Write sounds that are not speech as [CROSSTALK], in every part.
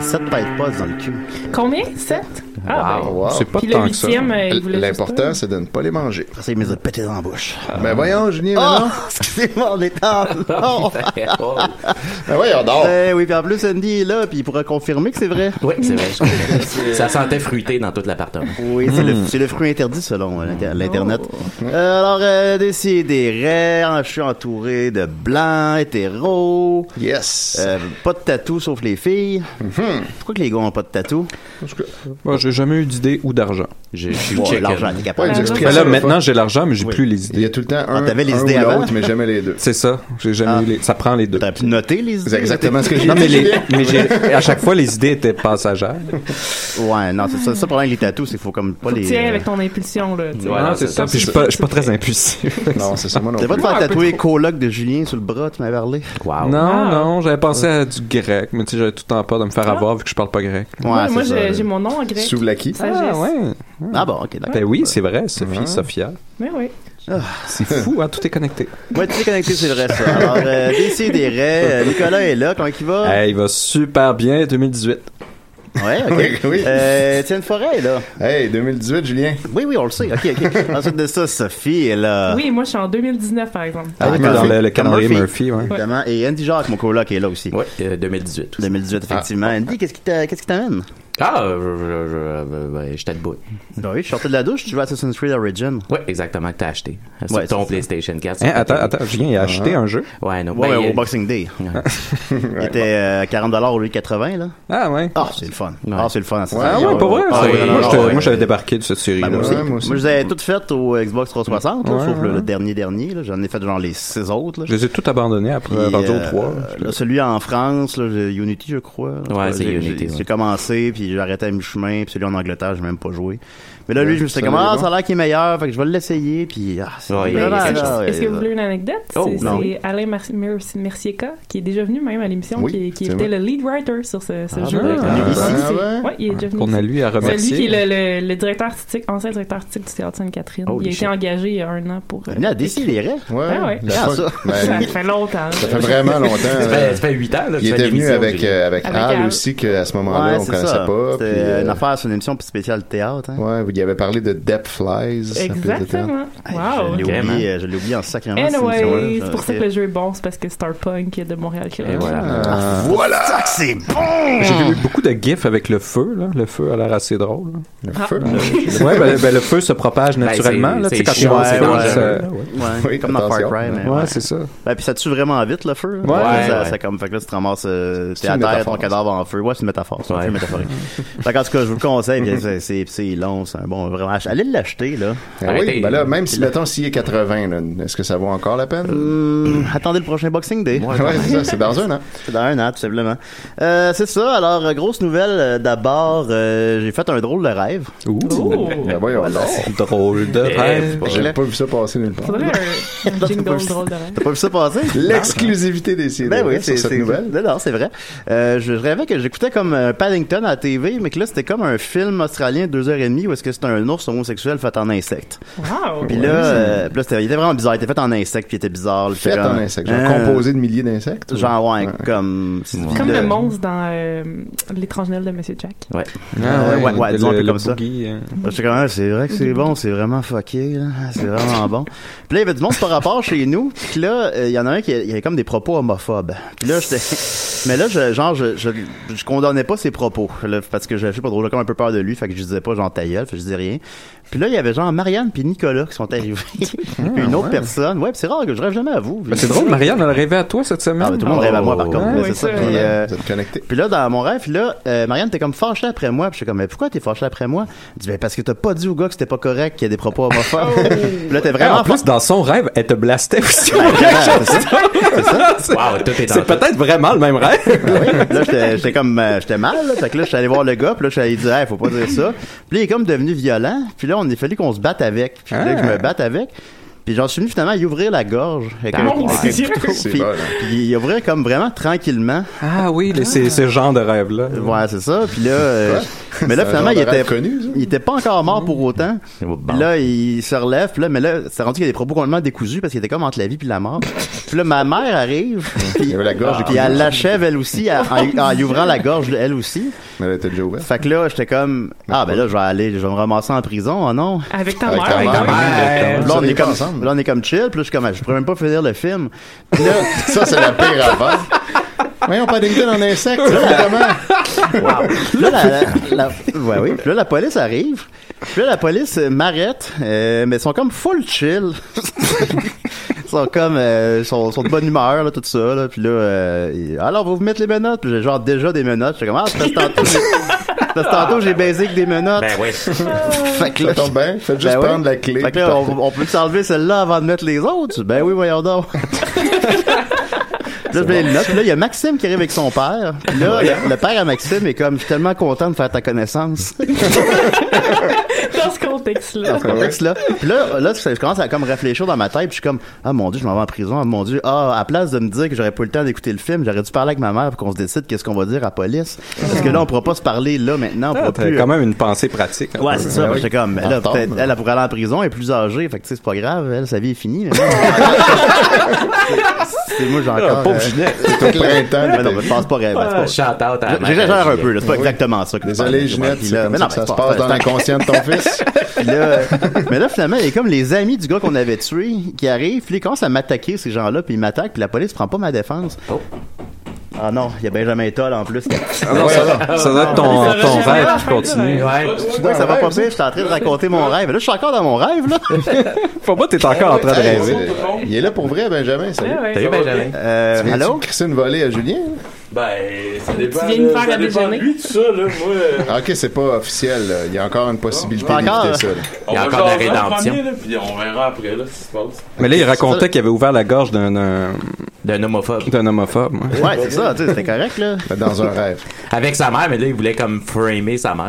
7 pète pas dans le cul. Combien? 7? Ah, ben. Wow. C'est pas Puis le tant que ça. huitième, euh, il voulait juste L'important, un. c'est de ne pas les manger. J'essaie de me péter dans la bouche. Ben voyons, Julien, Ah! maintenant. [LAUGHS] Excusez-moi, on est en long. Ben voyons, donc. Eh oui, puis en plus, Andy est là, puis il pourra confirmer que c'est vrai. Oui, c'est vrai. [LAUGHS] je comprends. ça sentait fruité dans tout l'appartement. Oui, c'est le, c'est le fruit interdit selon euh, l'inter- l'Internet. Euh, alors, euh, décidérez, hein, je suis entouré de blancs, hétéros, Yes. euh, pas de tatou sauf les filles. Pourquoi que les gars ont pas de tatou? Moi, j'ai jamais eu d'idée ou d'argent. Je je suis Bon, chicken. Oh, l'argent, t'es capable. Ouais, nous Ben là, Ça, maintenant, j'ai l'argent, mais j'ai Oui. plus les Il idées. y a tout le temps un, t'avais les un idées ou avant? l'autre, mais jamais [LAUGHS] les deux. C'est ça. J'ai jamais Ah. eu les. Ça prend les deux. T'as pu noter les idées? C'est exactement ce que j'ai dit. Non, [LAUGHS] mais, les, Julien. mais j'ai- à chaque fois, les idées étaient passagères. Ouais, non, c'est ça, ça le problème avec les tatous, c'est qu'il faut comme pas Faut que les... euh, tu ailles avec ton impulsion, là. tu sais. Ouais, non, Ah, c'est c'est ça. ça, Puis je suis pas, je suis pas très impulsif. Non, c'est ça, moi non T'as pas plus. te faire Ouais, un peu tatouer trop. colloque de Julien sur le bras, tu m'as parlé? Ah, Wow. Non, non, j'avais pensé à du grec, mais tu sais, j'avais tout le temps peur de me faire avoir vu que je parle pas grec. Moi, c'est moi, ça, j'ai là. j'ai mon nom en grec. Souvlaki. Sagesse. ouais. Ah bon, ok, d'accord. Ben oui, c'est vrai, Sophie, Sophia. Mais oui. C'est fou, hein, tout est connecté. Moi, tu es connecté, c'est vrai, [LAUGHS] ça. Alors, euh, décidérez, euh, Nicolas est là, comment il va? Eh, il va super bien, 2018. Ouais, ok. Oui, oui. Euh, Étienne Forêt est là. Hey, 2018, Julien. Oui, oui, on le sait. OK, [LAUGHS] OK. Ensuite de ça, Sophie est là. Oui, moi, je suis en 2019, par exemple. Ah, Avec Murphy. dans le, le Comme calendrier Murphy. Murphy, ouais. Évidemment. Et Andy Jacques, mon coloc, est là aussi. Ouais, euh, 2018 aussi. 2018, effectivement. Andy, qu'est-ce qui t'a- qu'est-ce qui t'amène? Ah, euh, je- je- je- ben, j'étais debout. Ben oui, je suis sorti de la douche, tu joues à Assassin's Creed Origin. Ouais, exactement, que t'as acheté. Sur Ouais, c'est ton ça. PlayStation 4. Hein, attends, attends, Julien, il a acheté un jeu. Ouais, non, Ouais, ben, [LAUGHS] ouais, il- au Boxing Day. Il était euh, à 40 au lieu de 80, là. Ah ouais. Ah, c'est le fun. Ouais. Ah, c'est le fun. Assassin's Ah Creed. ouais, pas vrai. Ah, c'est- oui, moi, non, j'étais- ouais. moi, j'avais Euh, débarqué de cette série. Ben, moi, aussi. Ouais, moi aussi. Moi, je les avais toutes faites au Xbox 360, là, Ouais, sauf le, ouais. le dernier dernier. là. J'en ai fait genre les 6 autres. Là. Je les ai toutes abandonnées après Puis, rendu au euh, 3. là, celui en France, là, j'ai- Unity, je crois. là. Ouais, c'est J'ai- Unity, J'ai ouais. j'ai commencé, puis j'ai arrêté à mi-chemin, puis celui en Angleterre, j'ai même pas joué. Mais là, lui, je me suis dit, ça comme, a l'air ah, bon. ça a l'air qu'il est meilleur, fait que je vais l'essayer, puis ah, c'est Ouais, Mais il vraiment, Est-ce là, est-ce que ouais, vous voulez une anecdote? Oh, c'est non. c'est Alain Mar- Mer- Mercieca, qui est déjà venu même à l'émission, Oui, qui, qui c'est était vrai. le lead writer sur ce, ce Ah jeu. ben, Il est ah ici, ben. c'est- Ah ben. ouais, il est déjà venu Qu'on a ici. lui à C'est lui remercier. qui est le, le- le directeur artistique, ancien directeur artistique du Théâtre Sainte-Catherine. Holy il a été shit. engagé il y a un an pour. euh, Venu à décider. Ouais. Ah ouais. La Ah, fois- ça. [LAUGHS] Ben, Ça il- fait longtemps. ça fait vraiment longtemps. Ça euh, fait, ça fait 8 ans, là, que Il tu fais était venu l'émission, avec, Julien. euh, avec Avec Al Al. aussi, qu'à ce moment-là, Ouais, on c'est connaissait ça. pas. C'était puis, euh, une affaire sur une émission spéciale théâtre. Hein. Ouais, il avait parlé de Depth Flies. ça fait de temps. Exactement. Hey, Wow. Je l'ai Vraiment. oublié, euh, je l'ai oublié en sacrément. cette Anyway, émission-là. c'est pour ça que le jeu est bon, c'est parce que Starpunk est de Montréal. Et voilà. Ah, Voilà! Ça que c'est bon! J'ai vu beaucoup de gifs avec le feu, là. Le feu a l'air assez drôle. là. Le Ah. feu. Ouais, ben, ben, le feu se propage naturellement, c'est- là, tu sais, c'est quand tu chiant, lances c'est dans dangereux. ça- Ouais, Oui, comme dans Far attention. Cry. mais Ouais, ouais. c'est ça. Ben, puis ça tue vraiment vite le feu. là. Ouais, ça, ouais. ça comme fait que là tu te ramasses, euh, t'es une à terre, ton métaphore, cadavre en feu. Ouais, c'est une métaphore, c'est un Ouais. film métaphorique. fait qu'en tout cas, je vous le conseille, puis c'est- c'est c'est long, c'est un bon vraiment. ach- Allez l'acheter là. Ah oui, Arrêtez. ben là, même si, mettons, s'il est 80, là, est-ce que ça vaut encore la peine? Hum, attendez le prochain Boxing Day. Ouais, c'est ça, c'est dans un an. C'est dans un an, tout simplement. Euh, c'est ça. Alors, euh, grosse nouvelle. euh, D'abord, euh, j'ai fait un drôle de rêve. Ouh. Oh! Ben voyons, donc. Drôle de rêve. Ouais. J'ai pas vu ça passer nulle part. Faudrait un, un jingle drôle de rêve. T'as pas vu ça passer? L'exclusivité des séries. Ben oui, sur c'est cette c'est nouvelle. Non, non, c'est vrai. Euh, je, je rêvais que j'écoutais comme euh, Paddington à la TV, mais que là c'était comme un film australien de deux heures et demie où est-ce que c'est un ours homosexuel fait en insecte. Wow! Puis là, euh, puis là, c'était- il était vraiment bizarre. Il était fait en insecte, puis il était bizarre. Fait en insecte. Genre composé de milliers d'insectes. ou- euh, Genre, ouais, comme. Comme le monstre dans euh, L'étrange Noël de Monsieur Jack. Ouais. Ah, Ouais, ouais, le- disons un peu le comme ça. boogie, hein. J'étais comme, Ah, c'est vrai que c'est bon, c'est vraiment fucké, là. c'est vraiment bon. Puis là, il y avait du monde par rapport chez nous, puis là, euh, il y en a un qui il y avait comme des propos homophobes. Puis là, j'étais, mais là, je, genre, je, je, je condamnais pas ses propos, là, parce que je je sais pas trop, j'avais comme un peu peur de lui, fait que je disais pas genre ta gueule, fait que je disais rien. Puis là, il y avait genre Marianne puis Nicolas qui sont [LAUGHS] arrivés, Puis une autre personne. Ouais, puis c'est rare que je rêve jamais à vous. Ah, Ben, c'est drôle, Marianne, elle rêvait à toi cette semaine. Ah, ben, tout le monde Oh. rêve à moi, par contre, Ouais, là, ouais, c'est ça. ça, Puis, ouais. euh, Vous [LAUGHS] êtes connectés. puis là, dans mon rêve, puis là, euh, Marianne, t'es comme fâchée après moi. Puis je suis comme, mais pourquoi t'es fâchée après moi? Je dis, ben, parce que t'as pas dit au gars que c'était pas correct, qu'il y a des propos homophobes. puis là, t'es Ah, vraiment en plus, dans son rêve, elle te blastait aussi. fâchée. [LAUGHS] [LAUGHS] C'est Wow, tout est dans c'est peut-être vraiment le même rêve. là, j'étais j'étais comme, euh, j'étais mal, là. Fait que là, je suis allé voir le gars, puis là, je suis allé dire, hey, faut pas dire ça. Puis là, il est comme devenu violent. Puis là, on est fallu qu'on se batte avec. Puis là, que je me batte avec. Puis j'en suis venu finalement à y ouvrir la gorge. Avec un- Mon avec un Dieu! couteau. C'est Puis bon, hein. puis il ouvrait comme vraiment tranquillement. Ah oui, les- c'est ce genre de rêve-là. Ouais, c'est ça. Puis là, euh, Mais là, C'est un finalement, genre il de rêve était, connu, [LAUGHS] ça. il était pas encore mort pour autant. Bon. Puis là, il se relève, puis là, mais là, c'est rendu qu'il y a des propos complètement décousus parce qu'il était comme entre la vie puis la mort. Puis là, ma mère arrive, puis, Il avait la gorge Ah, puis elle l'achève elle aussi, en, en- en y ouvrant la gorge elle aussi. Mais elle était déjà ouverte. Fait que là, j'étais comme, ah ben là, je vais aller, je vais me ramasser en prison, oh non. Avec ta Avec mère. ta avec ta mère. mère. Ouais. Là, Ça, on est les comme, deux ensemble. là, on est comme chill, puis là, je suis comme, Ah, je pourrais même pas finir le film. ça, c'est la pire avant. Voyons, Paddington [LAUGHS] en insecte, là, comment? Là, la, la- la- ouais, oui. Puis là, la police arrive. Puis là, la police euh, m'arrête, euh, mais ils sont comme full chill. [LAUGHS] ils sont comme, euh, ils sont, sont de bonne humeur, là, tout ça, là. Puis là, euh, ils- alors, vous vous mettre les menottes? Puis j'ai genre déjà des menottes. J'étais comme, ah, c'est parce que tantôt, j'ai- parce que tantôt, j'ai baisé avec des menottes. Ben [LAUGHS] oui. fait que là, Ça tombe bien. Faites juste ben ouais. prendre la clé. Fait que là, on, on peut s'enlever celle-là avant de mettre les autres? Ben oui, voyons donc. [LAUGHS] Puis Là, je mets les notes. Puis là, il y a Maxime qui arrive avec son père. Puis là, le, le père à Maxime est comme, je suis tellement content de faire ta connaissance. [LAUGHS] Dans ce contexte-là. ce Ah contexte-là. Puis là, là, je commence à comme réfléchir dans ma tête, puis je suis comme, ah mon dieu, je m'en vais en prison, ah mon dieu, ah, à place de me dire que j'aurais pas eu le temps d'écouter le film, j'aurais dû parler avec ma mère pour qu'on se décide qu'est-ce qu'on va dire à la police. Parce que là, on pourra pas se parler là maintenant, on pourra Ah, T'as plus. euh, quand même une pensée pratique. hein. Ouais, c'est ça. Ben Moi, oui. j'étais comme, ben En là, retard, peut-être, hein. elle, elle pourrait aller en prison, elle est plus âgée, fait que tu sais, c'est pas grave, elle, sa vie est finie. [LAUGHS] mais moi- c'est c'est- moi, j'ai Ah, encore. pauvre euh, Ginette. [LAUGHS] Ah, ben, C'est au printemps. mais non, mais je pense pas rêver. c'est pas- Shout out à J'exagère un peu, là, c'est pas Oui. exactement ça que je parlais, Désolé, Ginette, puis c'est là- comme Ah, mais ça non, mais que ça se c'est pas- passe dans c'est- l'inconscient de [LAUGHS] ton fils. Puis là, euh, mais là, finalement, il est comme les amis du gars qu'on avait tué qui arrivent, puis ils commencent à m'attaquer, ces gens-là, puis ils m'attaquent, puis la police prend pas ma défense. Oh. Ah non, il y a Benjamin Toll en plus. Ah non, ça, ça doit être ton, Ça aurait ton jamais rêve la qui fin de continue. rêve. Ouais. Tu vois que ça va pas bien, j'étais en train de raconter mon rêve. Là, je suis encore dans mon rêve, là. Faut pas, t'es encore en train de Hey, rêver. c'est- Il est là pour vrai, Benjamin. Salut. Ouais, ouais. T'as eu Benjamin? Euh, Viens-tu allô? crisser une volée à Julien? Ben, ça dépend. viens nous là, faire ça la dépend de déjeuner? Lui, tout ça, là, moi. euh, Ah, ok, c'est pas officiel. là. Il y a encore une possibilité Pas encore, d'éviter ça. là. on y a va encore la jaser en rédemption. premier, là, puis on verra après, là, ce qui se passe. Mais là, il C'est ça. racontait qu'il avait ouvert la gorge d'un- d'un D'un homophobe. d'un homophobe. ouais. Ouais, c'est ça, tu sais, c'était correct, là. Mais Dans un rêve. Avec sa mère, mais là, il voulait comme framer [LAUGHS] sa mère.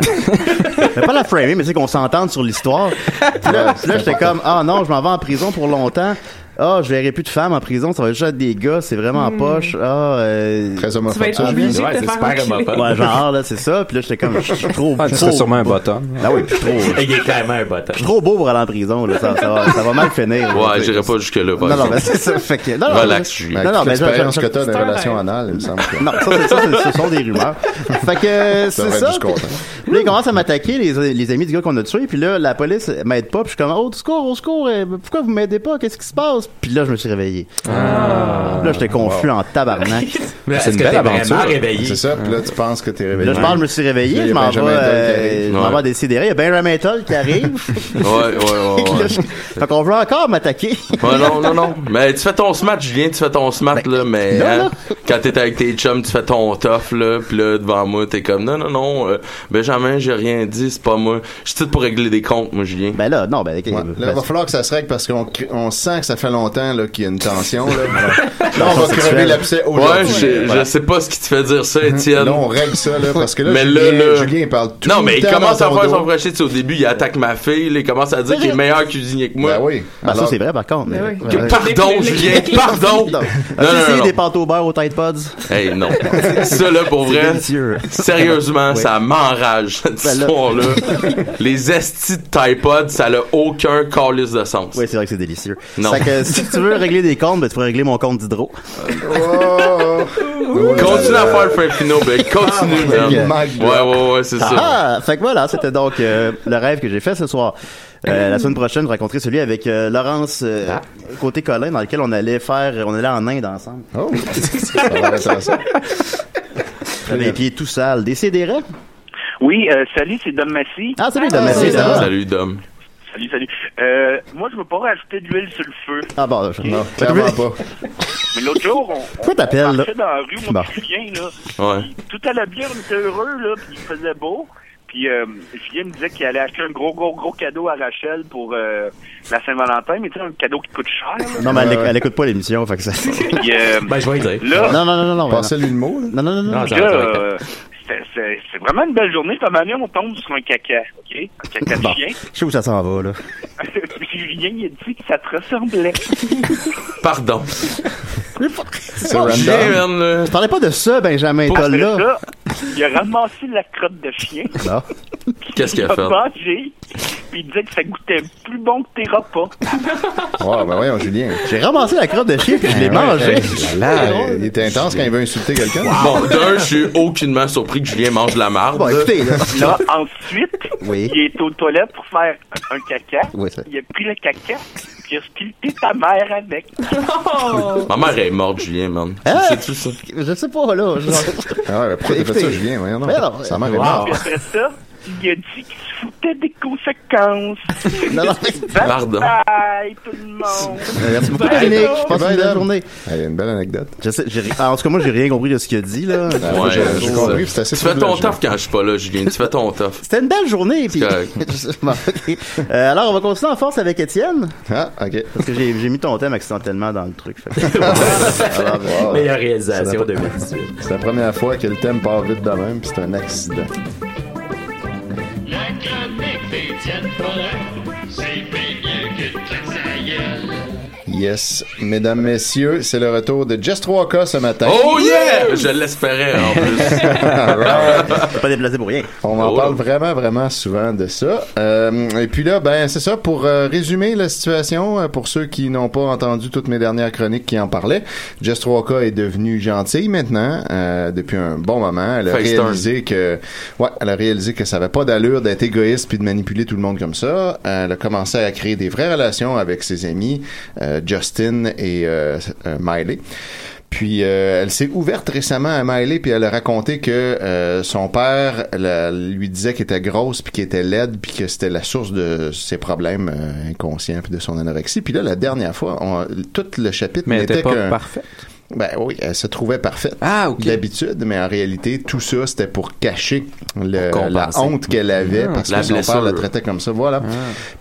Mais pas la framer, mais c'est qu'on s'entende sur l'histoire. Puis là, puis là, j'étais comme, ah non, je m'en vais en prison pour longtemps. Ah, je verrai plus de femmes en prison, ça va juste être des gars, c'est vraiment poche. Ah, euh, Très Tu vas homophobe, être ça, Julien. obligé Ouais, de c'est te faire super enculer. homophobe. ouais, genre, là, c'est ça. Puis là, j'étais comme, je suis [LAUGHS] trop Ah, trop- tu serais sûrement un bottom. Ah oui, puis trop, je il est clairement un bottom. suis trop beau pour aller en prison, là. Ça, ça va, ça va mal finir. là, Ouais, tu sais. j'irai pas jusque-là. Non, non, mais c'est ça. Fait que, non, non, Relax, mais- Julie. Non, non, mais je- l'expérience je- que t'as c'est d'une un relation rêve. anale, il me semble que Non, ça, c'est ça, c'est- ce sont des rumeurs. Fait que, euh, [LAUGHS] c'est ça devrait être ça. du Puis content. puis là, ils commencent à m'attaquer, les, les amis du gars qu'on a tué. Puis là, la police m'aide pas. Puis je suis comme, oh, au secours, au secours, euh, pourquoi vous m'aidez pas? Qu'est-ce qui se passe? Puis là, je me suis réveillé. Ah. Là, j'étais confus en [LAUGHS] tabarnak. Est-ce une que belle t'es aventure. vraiment réveillé? C'est ça, puis là, tu penses que t'es Puis réveillé. Là, je pense que je me suis Là, réveillé, il y je a m'en vais, Benjamin Toll qui euh, arrive. je m'en Ouais. vais à décider. Il y a Benjamin Toll qui arrive. [LAUGHS] [LAUGHS] Ouais, ouais, ouais. ouais. Là, je- Fait qu'on veut encore m'attaquer. Ouais, non, non, non. Mais tu fais ton smat, Julien, tu fais ton smat, Ben, là, mais non, non. hein, quand t'es avec tes chums, tu fais ton tough, là, pis là, devant moi, t'es comme, non, non, non, euh, Benjamin, j'ai rien dit, c'est pas moi. Je suis tout pour régler des comptes, moi, Julien. Ben là, non, ben, ok, Ouais. Là, il va parce- falloir que ça se règle parce qu'on cr- on sent que ça fait longtemps là, qu'il y a une tension. Là, [LAUGHS] Alors, là, on va sexuelle. crever l'abcès Ouais, aujourd'hui. je, Voilà. je sais pas ce qui te fait dire ça, Mhm. Étienne. Là, on règle ça, là, parce que là, [LAUGHS] Mais Julien, là, là- Julien, il parle tout Non, mais le il temps commence à dans ton faire dos. son frachet, tu sais, au début, il attaque ma fille, là, il commence à dire qu'il est meilleur cuisinier que moi. Ben oui. Ben, ça, Alors, c'est [LAUGHS] vrai, par contre. Ben mais- oui. Ouais, ouais. Pardon, Julien, pardon! [LAUGHS] Non, Non, As-tu non, essayé non, des non. pâtes au beurre au Tide Pods? Hey, non. Ça, là, pour C'est vrai, délicieux. [LAUGHS] Sérieusement, ça m'enrage, cette Ben là- histoire-là. [LAUGHS] Les estis de Tide Pod, ça n'a aucun calice de sens. Oui, c'est vrai que c'est délicieux. Non. Fait que si tu veux régler des comptes, ben, tu peux régler mon compte d'hydro. oh, oh. Continue à faire le Frappino, ben continue, Ah, man. mon Dieu. Ouais, ouais, ouais, c'est ça. Ah, ah! fait que voilà, c'était donc euh, le rêve que j'ai fait ce soir. Euh, la semaine prochaine, je rencontrerai celui avec euh, Laurence euh, côté Colin, dans lequel on allait faire, euh, on allait en Inde ensemble. Oh. Ça va être intéressant. Les pieds tout sales, des sidérés. Oui, euh, salut, c'est Dom Massy. Ah, salut, Thomas, salut, ça va? Salut, Dom. Salut, salut. Euh, moi, je veux pas rajouter de l'huile sur le feu. Ah bon, je... Non, Fait que clairement tu pas. Mais l'autre jour, on, Pourquoi on t'appelles, là? marchait dans la rue, mon Bon. petit Julien, là. Ouais. Puis Tout à la bière, on était heureux, là, puis il faisait beau. Puis euh, Julien me disait qu'il allait acheter un gros, gros, gros cadeau à Rachel pour euh, la Saint-Valentin, mais tu sais, un cadeau qui coûte cher, là. Non, mais elle, Ouais, ouais. elle écoute pas l'émission, fait que ça... Puis, euh, Ben, je vais y dire. là, [LAUGHS] Non, non, non, non, non. Passez lui le mot. là. Non, non, non, non. Non, là, euh, c'était- c'est c'est vraiment une belle journée. Puis à un moment donné, on tombe sur un caca, OK? Un caca de Bon. chien. [LAUGHS] Je sais où ça s'en va, là. Puis Julien, il a dit que ça te ressemblait. Pardon. C'est Julien, random. man, là. Je parlais pas de ça, Benjamin Parce Toll, que là. [LAUGHS] ça, il a ramassé la crotte de chien. Ah. Qu'est-ce qu'il Il a a fait? mangé, puis il disait que ça goûtait plus bon que tes repas. Oh, ben voyons, Julien. J'ai ramassé la crotte de chien puis je l'ai Ben ouais, mangée. euh, là, là, il était intense quand il veut insulter quelqu'un. Ah Bon, d'un, je suis aucunement surpris que Julien mange de la marde. Bon, écoutez, là. Là, ensuite, Oui. il est aux toilettes pour faire un, un caca. Oui, ça- Il a pris le caca, puis il a stilté ta mère avec. Oh! Ma mère est morte, Julien, man. Hein? Sais-tu ça? Je sais pas, là. je- Ah ouais, pourquoi t'as fait ça, Écoutez. Julien? Voyons, non. Ben non. Sa mère est Wow. Ah. morte. Puis après ça, il a dit qu'il se foutait des conséquences. Non, non. [LAUGHS] Pardon. Bye, tout le monde. Merci beaucoup, Dominique. Je passe Ben, une belle Dom. journée. Hey, une belle anecdote. Je sais, j'ai ri- ah, en tout cas, moi, j'ai rien compris de ce qu'il a dit, là. Moi, j'ai- c'est j'ai ça. compris, c'est assez Tu fais ton soulagé. taf quand je suis pas là, Julien. Tu fais ton [LAUGHS] taf. C'était une belle journée, puis. correct. [LAUGHS] Bon, ok. Euh, alors, on va continuer en force avec Étienne, Ah, [LAUGHS] OK. parce que j'ai j'ai mis ton thème accidentellement dans le truc. fait que- Alors, wow. Meilleure réalisation 2018. C'est la première fois que le thème part vite de même, puis c'est un accident. Yes, mesdames, messieurs, c'est le retour de Just 3K ce matin. Oh yeah! Je l'espérais, en plus. T'as pas déplacé pour rien. On en Oh. parle vraiment, vraiment souvent de ça. Euh, et puis là, ben c'est ça, pour euh, résumer la situation, euh, pour ceux qui n'ont pas entendu toutes mes dernières chroniques qui en parlaient, Jess 3K est devenue gentille maintenant, euh, depuis un bon moment. Elle a Face turn. réalisé que ouais, elle a réalisé que ça avait pas d'allure d'être égoïste puis de manipuler tout le monde comme ça. Elle a commencé à créer des vraies relations avec ses amis, euh, Justin et euh, euh, Miley. Puis euh, elle s'est ouverte récemment à Miley, puis elle a raconté que euh, son père la- lui disait qu'elle était grosse, puis qu'elle était laide, puis que c'était la source de ses problèmes euh, inconscients, puis de son anorexie. Puis là, la dernière fois, on- tout le chapitre Mais elle n'était était qu'un... pas parfaite. Ben oui, elle se trouvait parfaite Ah, ok. d'habitude, mais en réalité, tout ça, c'était pour cacher le- Pour la compenser. honte qu'elle avait Ah, parce la que son blessure. père la traitait comme ça. Voilà. Mmh.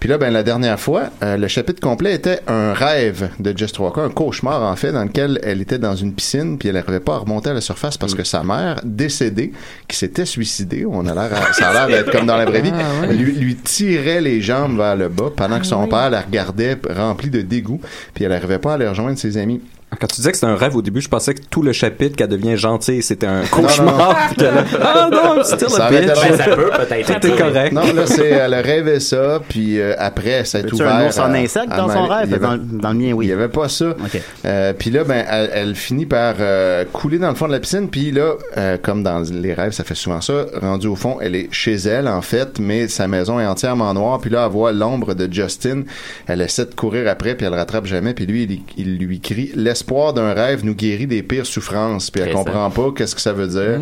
Puis là, ben, la dernière fois, euh, le chapitre complet était un rêve de Jess Walker, un cauchemar en fait, dans lequel elle était dans une piscine puis elle n'arrivait pas à remonter à la surface Mm. parce que sa mère, décédée, qui s'était suicidée, on a l'air, à- ça a l'air d'être comme dans la vraie vie, lui, lui tirait les jambes vers le bas pendant que son père la regardait remplie de dégoût puis elle n'arrivait pas à aller rejoindre ses amis. Quand tu disais que c'était un rêve au début, je pensais que tout le chapitre qu'elle devient gentille, c'était un Non, non, non. cauchemar. puis qu'elle a- Ah non, I'm still Ça a aurait été bitch. drôle. Ben, ça peut peut-être Tout est correct. Non, là, c'est, elle a rêvé ça, puis euh, après, ça a Tu tout un ours en insecte dans son rêve? euh, Il y avait, Dans, dans le mien, il y oui. avait pas ça. Ok. Euh, puis là, ben, elle, elle finit par euh, couler dans le fond de la piscine. Puis là, euh, comme dans les rêves, ça fait souvent ça, rendue au fond, elle est chez elle, en fait, mais sa maison est entièrement noire. Puis là, elle voit l'ombre de Justin. Elle essaie de courir après, puis elle le rattrape jamais. Puis lui, il, il lui crie « L'espoir d'un rêve nous guérit des pires souffrances. » Puis elle Très comprend pas qu'est-ce que ça veut dire.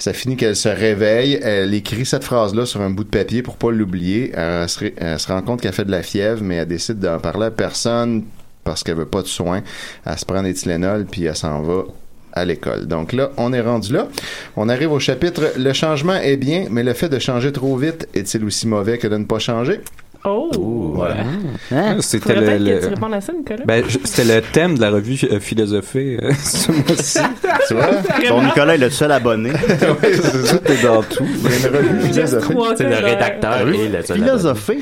Ça finit qu'elle se réveille. Elle écrit cette phrase-là sur un bout de papier pour pas l'oublier. Elle se, ré- elle se rend compte qu'elle fait de la fièvre, mais elle décide d'en parler à personne parce qu'elle veut pas de soins. Elle se prend des Tylenol puis elle s'en va à l'école. Donc là, on est rendu là. On arrive au chapitre Le changement est bien, mais le fait de changer trop vite est-il aussi mauvais que de ne pas changer Oh! Hein? C'était Faudrait peut-être le, que tu le- répondes à ça, Nicolas. ben, je- c'était le thème de la revue euh, philosophée euh, [LAUGHS] ce mois-ci. Tu vois [LAUGHS] Bon, Nicolas est le seul abonné. Oui, c'est ça. Tout est dans tout. Il y a une revue Juste philosophique. trois, C'est le genre, rédacteur et le Philosophé.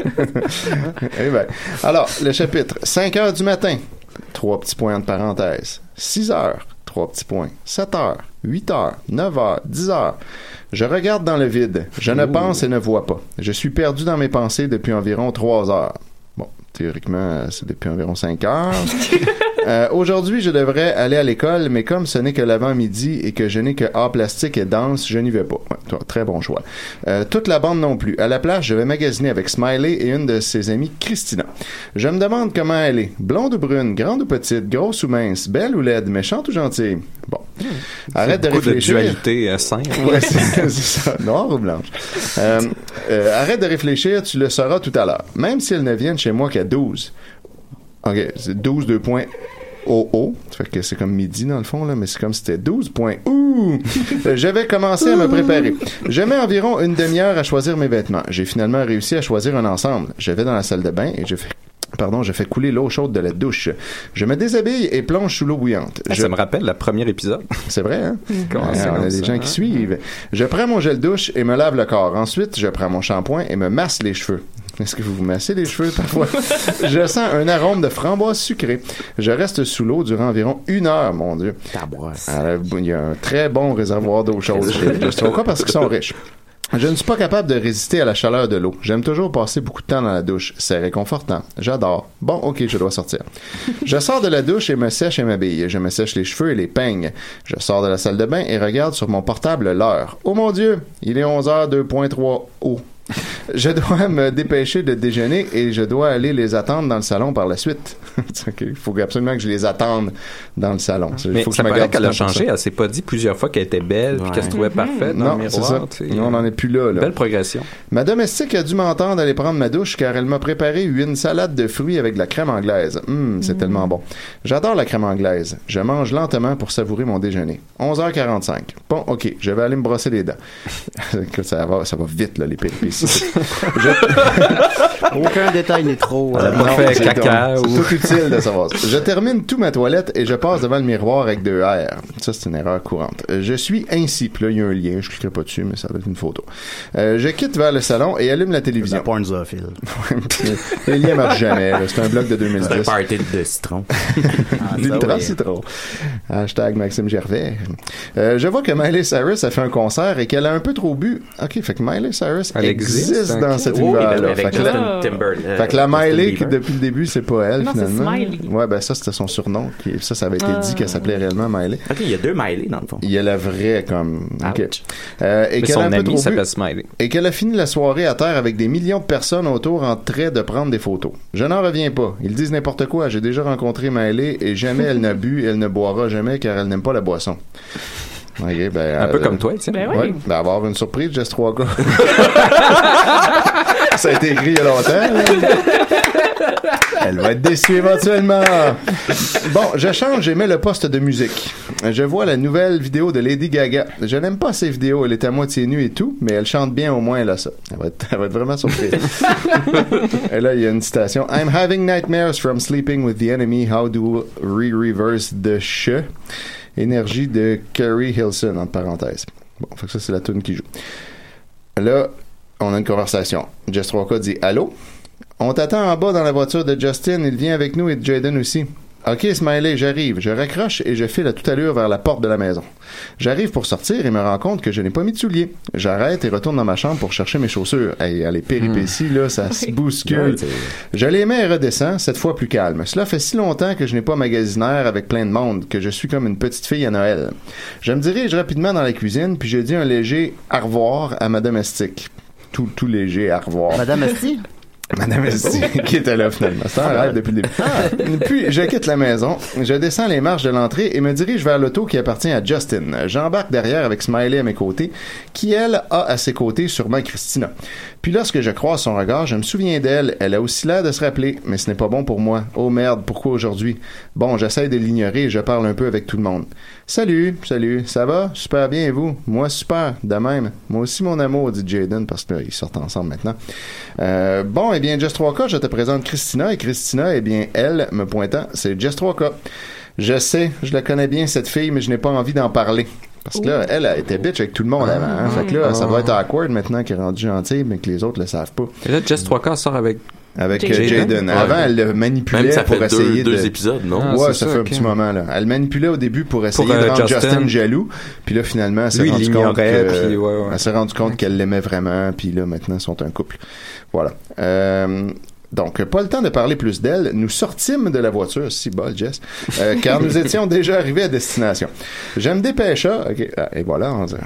[LAUGHS] Eh ben. Alors, le chapitre 5 heures du matin, trois petits points de parenthèse. 6 heures, trois petits points. 7 heures, 8 heures, 9 heures, 10 heures. Je regarde dans le vide. Je ne pense et ne vois pas. Je suis perdu dans mes pensées depuis environ 3 heures. Bon, théoriquement, euh, c'est depuis environ 5 heures. Euh, Aujourd'hui, je devrais aller à l'école, mais comme ce n'est que l'avant-midi et que je n'ai que A plastique et danse, je n'y vais pas. Ouais, toi, très bon choix. Euh, toute la bande non plus. À la place, je vais magasiner avec Smiley et une de ses amies, Christina. Je me demande comment elle est. Blonde ou brune, grande ou petite, grosse ou mince, belle ou laide, méchante ou gentille. Bon. Arrête de Hmm. Beaucoup de réfléchir. dualité euh, saine. Ouais, c'est c'est ça. Noir ou blanche. Euh, euh, arrête de réfléchir, tu le sauras tout à l'heure. Même si elles ne viennent chez moi qu'à 12. OK, c'est 12, 2 points. Oh, oh. Ça fait que c'est comme midi dans le fond, là, mais c'est comme si c'était 12 points. Ouh! Euh, Je vais commencer à me préparer. Je mets environ une demi-heure à choisir mes vêtements. J'ai finalement réussi à choisir un ensemble. Je vais dans la salle de bain et je fais. Pardon, je fais couler l'eau chaude de la douche. Je me déshabille et plonge sous l'eau bouillante. Je- Ah, Ça me rappelle le premier épisode. C'est vrai, hein? Comment c'est Ah, on a comme des ça, gens hein? qui suivent. Je prends mon gel douche et me lave le corps. Ensuite, je prends mon shampoing et me masse les cheveux. Est-ce que vous vous massez les cheveux [LAUGHS] parfois? je sens un arôme de framboise sucrée. Je reste sous l'eau durant environ une heure, mon Dieu. Taboisse. Alors, il y a un très bon réservoir d'eau chaude chez les Pourquoi? Parce qu'ils sont riches. Je ne suis pas capable de résister à la chaleur de l'eau. J'aime toujours passer beaucoup de temps dans la douche. C'est réconfortant. J'adore. Bon, ok, je dois sortir. Je sors de la douche et me sèche et m'habille. Je me sèche les cheveux et les peignes. Je sors de la salle de bain et regarde sur mon portable l'heure. Oh mon Dieu! Il est 11h 2.3 O. Oh. [LAUGHS] Je dois me dépêcher de déjeuner et je dois aller les attendre dans le salon par la suite. [LAUGHS] Il faut absolument que je les attende dans le salon. Ah. Mais Il faut que ça je me paraît garde du qu'elle a temps pour ça. changé. Elle s'est pas dit plusieurs fois qu'elle était belle puis Ouais. qu'elle se trouvait parfaite dans Non, le c'est ça. miroir. tu sais. Non, on n'en est plus là. là. Belle progression. Ma domestique a dû m'entendre aller prendre ma douche car elle m'a préparé une salade de fruits avec de la crème anglaise. Hum, Mm. c'est tellement bon. J'adore la crème anglaise. Je mange lentement pour savourer mon déjeuner. 11h45. Bon, ok, je vais aller me brosser les [LAUGHS] dents. Écoute, ça va, ça va vite, là, les péripéties. Aucun détail n'est trop. euh, Elle a pas Non, fait c'est caca donc- ou- c'est tout utile de savoir ça. Je termine tout ma toilette et je passe devant le miroir avec deux R. Ça, c'est une erreur courante. Euh, Je suis ainsi. Puis là, il y a un lien. Je cliquerai pas dessus, mais ça doit être une photo. Euh, je quitte vers le salon et allume la la télévision. pornzophile. [LAUGHS] le lien marche jamais. là. C'est un blog de C'est un 2010. party de citron. L'ultra citron. Ah, Hashtag Maxime Gervais. Euh, je vois que Miley Cyrus a fait un concert et qu'elle a un peu trop bu. OK, fait que Miley Cyrus Elle existe, existe, hein, dans cet Oui, ben, univers-là. Fait avec que la- Justin Euh, Timberlake. fait que la Miley, qui, Justin Bieber. depuis le début, c'est pas elle, Non, c'est finalement. Smiley. Ouais, ben ça, c'était son surnom. Qui, ça, ça avait été Ah. dit qu'elle s'appelait réellement Miley. Ok, il y a deux Miley dans le fond. Il y a la vraie, comme. OK. Ouch. Euh, et Mais qu'elle a un son peu trop ami bu s'appelle Smiley. et qu'elle a fini la soirée à terre avec des millions de personnes autour en train de prendre des photos. Je n'en reviens pas. Ils disent n'importe quoi. J'ai déjà rencontré Maëlée et jamais elle n'a bu, elle ne boira jamais car elle n'aime pas la boisson. Ok, ben, Un peu euh, comme toi, tu sais. Ben oui. Ouais, ben, avoir une surprise, Jess 3 gars. Ça a été écrit il y a longtemps. hein? Elle va être déçue éventuellement. Bon, je change et mets le poste de musique. Je vois la nouvelle vidéo de Lady Gaga. Je n'aime pas ces vidéos. Elle est à moitié nue et tout, mais elle chante bien au moins, elle a ça. Elle va être, elle va être vraiment surprise. et là, il y a une citation. I'm having nightmares from sleeping with the enemy. How do we reverse the sh? Énergie de Kerry Hilson, entre parenthèses. Bon, fait que ça, c'est la tune qui joue. Là, on a une conversation. Jess Roca dit Allô On t'attend en bas dans la voiture de Justin, il vient avec nous et de Jaden aussi. Ok, Smiley, j'arrive. Je raccroche et je file à toute allure vers la porte de la maison. J'arrive pour sortir et me rends compte que je n'ai pas mis de souliers. J'arrête et retourne dans ma chambre pour chercher mes chaussures. Hey, les péripéties, là, ça se Hmm. Oui. bouscule. Ouais, c'est- Je les mets et redescends, cette fois plus calme. Cela fait si longtemps que je n'ai pas magasinaire avec plein de monde que je suis comme une petite fille à Noël. Je me dirige rapidement dans la cuisine, puis je dis un léger au revoir à ma domestique. Tout, tout léger au revoir. Madame Asti? Madame Esti, [LAUGHS] qui était là finalement. C'est un rêve depuis le début. Ah. Puis, je quitte la maison, je descends les marches de l'entrée et me dirige vers l'auto qui appartient à Justin. J'embarque derrière avec Smiley à mes côtés, qui elle a à ses côtés sûrement Christina. Puis lorsque je croise son regard, je me souviens d'elle. Elle a aussi l'air de se rappeler, mais ce n'est pas bon pour moi. Oh merde, pourquoi aujourd'hui? Bon, j'essaie de l'ignorer et je parle un peu avec tout le monde. Salut, salut, ça va? Super bien et vous? Moi super, de même. Moi aussi mon amour, dit Jaden, parce qu'ils sortent ensemble maintenant. Euh, bon, eh bien, Just 3K, je te présente Christina. Et Christina, eh bien, elle, me pointant, c'est Just 3K. Je sais, je la connais bien, cette fille, mais je n'ai pas envie d'en parler. Parce que là, elle, elle était bitch avec tout le monde avant. Ah, hein. Fait que là, ça va être awkward maintenant qu'elle est rendue gentille, mais que les autres le savent pas. Et là, Jess 3K sort avec. Avec euh, Jaden. Jaden. Ouais. Avant, elle le Même manipulait ça pour fait deux, essayer deux de... épisodes, non? Ah, ouais, ça, c'est fait ça, un ok. petit moment, là. Elle manipulait au début pour essayer euh, de rendre Justin. Justin. jaloux. Puis là, finalement, elle s'est euh, Lui, il rendue compte l'ignorait, que- puis ouais, ouais. [LAUGHS] Elle s'est rendue compte qu'elle l'aimait vraiment. Puis là, maintenant, ils sont un couple. Voilà. Euh, donc, pas le temps de parler plus d'elle. Nous sortîmes de la voiture, si bol, Jess, euh, car [LAUGHS] nous étions déjà arrivés à destination. Je me dépêcha, ok, ah, et voilà, [LAUGHS] on dirait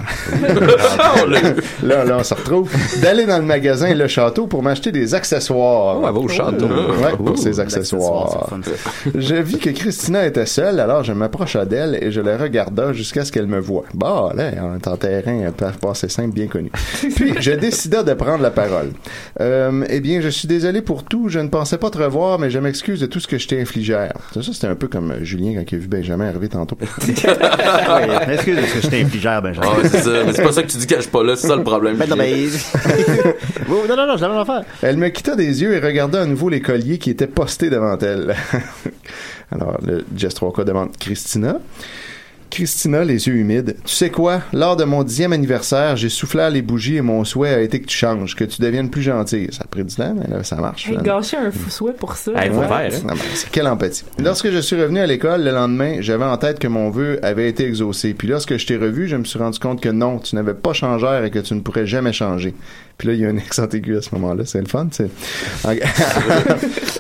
là, là, on se retrouve, d'aller dans le magasin Le Château pour m'acheter des accessoires. Oh, elle va au château. Oh. Ouais, [LAUGHS] pour ses Ouh, accessoires. l'accessoire, c'est le fun, [LAUGHS] ça. Je vis que Christina était seule, alors je m'approcha d'elle et je la regarda jusqu'à ce qu'elle me voie. Bah, là, on est en terrain euh, pas- passé simple, bien connu. Puis, je décida de prendre la parole. Euh, eh bien, je suis désolé pour tout. Je ne pensais pas te revoir, mais je m'excuse de tout ce que je t'ai infligé. Ça, ça, c'était un peu comme euh, Julien quand il a vu Benjamin arriver tantôt. Ouais, Excuse, est-ce que je t'infligère, Benjamin? Ah, c'est ça. Mais c'est pas ça que tu dis quand je suis pas là, c'est ça le problème. [LAUGHS] Ben non, ben. [LAUGHS] Oui, non, non, non, j'ai la même affaire. Elle me quitta des yeux et regarda à nouveau les colliers qui étaient [LAUGHS] postés devant elle. Alors, le Jess 3K demande Christina. Christina les yeux humides. Tu sais quoi? Lors de mon dixième anniversaire, j'ai soufflé les bougies et mon souhait a été que tu changes, que tu deviennes plus gentil. Ça a pris du temps, mais là, ça marche. J'ai finalement. gâché un fou souhait pour ça. Hey, faut Ouais. faire, hein. Non, mais c'est- Quelle empathie. Lorsque je suis revenu à l'école le lendemain, j'avais en tête que mon vœu avait été exaucé. Puis lorsque je t'ai revu, je me suis rendu compte que non, tu n'avais pas changé et que tu ne pourrais jamais changer. Puis là, il y a un accent [LAUGHS] aigu à ce moment-là. C'est le fun, tu sais. [LAUGHS]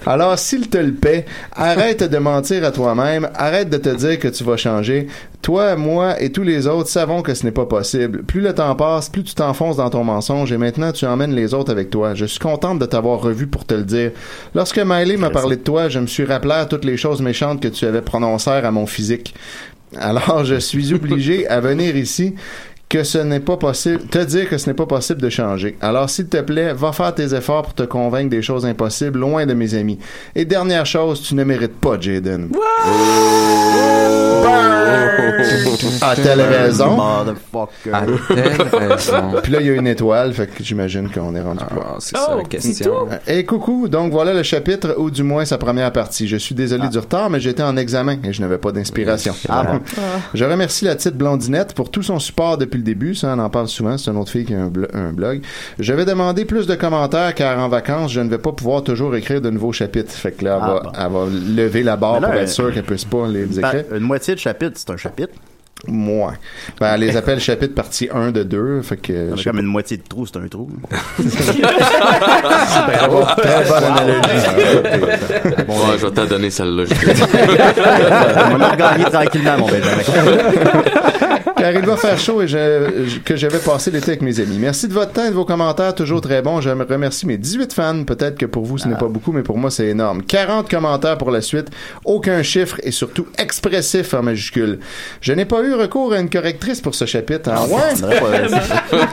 Alors, s'il te le paie, arrête de mentir à toi-même, arrête de te dire que tu vas changer. Toi, moi et tous les autres savons que ce n'est pas possible. Plus le temps passe, plus tu t'enfonces dans ton mensonge et maintenant tu emmènes les autres avec toi. Je suis contente de t'avoir revu pour te le dire. Lorsque Miley m'a parlé de toi, je me suis rappelé à toutes les choses méchantes que tu avais prononcées à mon physique. Alors, je suis obligé à venir ici que ce n'est pas possible, te dire que ce n'est pas possible de changer. Alors, s'il te plaît, va faire tes efforts pour te convaincre des choses impossibles loin de mes amis. Et dernière chose, tu ne mérites pas, Jaden. A-t-elle Ah, raison? Ah, Motherfucker. À telle [LAUGHS] raison. Puis là, il y a une étoile, fait que j'imagine qu'on est rendu plus loin. Ah, c'est Oh, ça la c'est question. Et Euh, coucou, donc voilà le chapitre, ou du moins sa première partie. Je suis désolé du retard, mais j'étais en examen et je n'avais pas d'inspiration. Ah bon. Ah. Je remercie la petite blondinette pour tout son support depuis le début. Ça, on en parle souvent. C'est une autre fille qui a un, blo- un blog. Je vais demander plus de commentaires car en vacances, je ne vais pas pouvoir toujours écrire de nouveaux chapitres. Fait que là, elle, Ah, va, bon. elle va lever la barre Mais là, pour elle- être sûre qu'elle puisse pas les Ben, écrire. une moitié de chapitre, c'est un chapitre. Moi. Ben, elle les appelle chapitre partie 1 de 2. Fait que. C'est je sais comme une moitié de trou, c'est un [LAUGHS] trou. pas. Très bonne analogie. [LAUGHS] Bon, ben, ouais, je vais t'en donner celle-là. je te dis. Ah, On va gagner tranquillement, mon Benjamin. Car il va faire chaud et je, je- que je vais passer l'été avec mes amis. Merci de votre temps et de vos commentaires, toujours très bons. Je me remercie mes 18 fans. Peut-être que pour vous, ce n'est pas beaucoup, mais pour moi, c'est énorme. 40 commentaires pour la suite, aucun chiffre et surtout expressif en majuscule. Je n'ai pas eu recours à une correctrice pour ce chapitre. Ah ouais? On dirait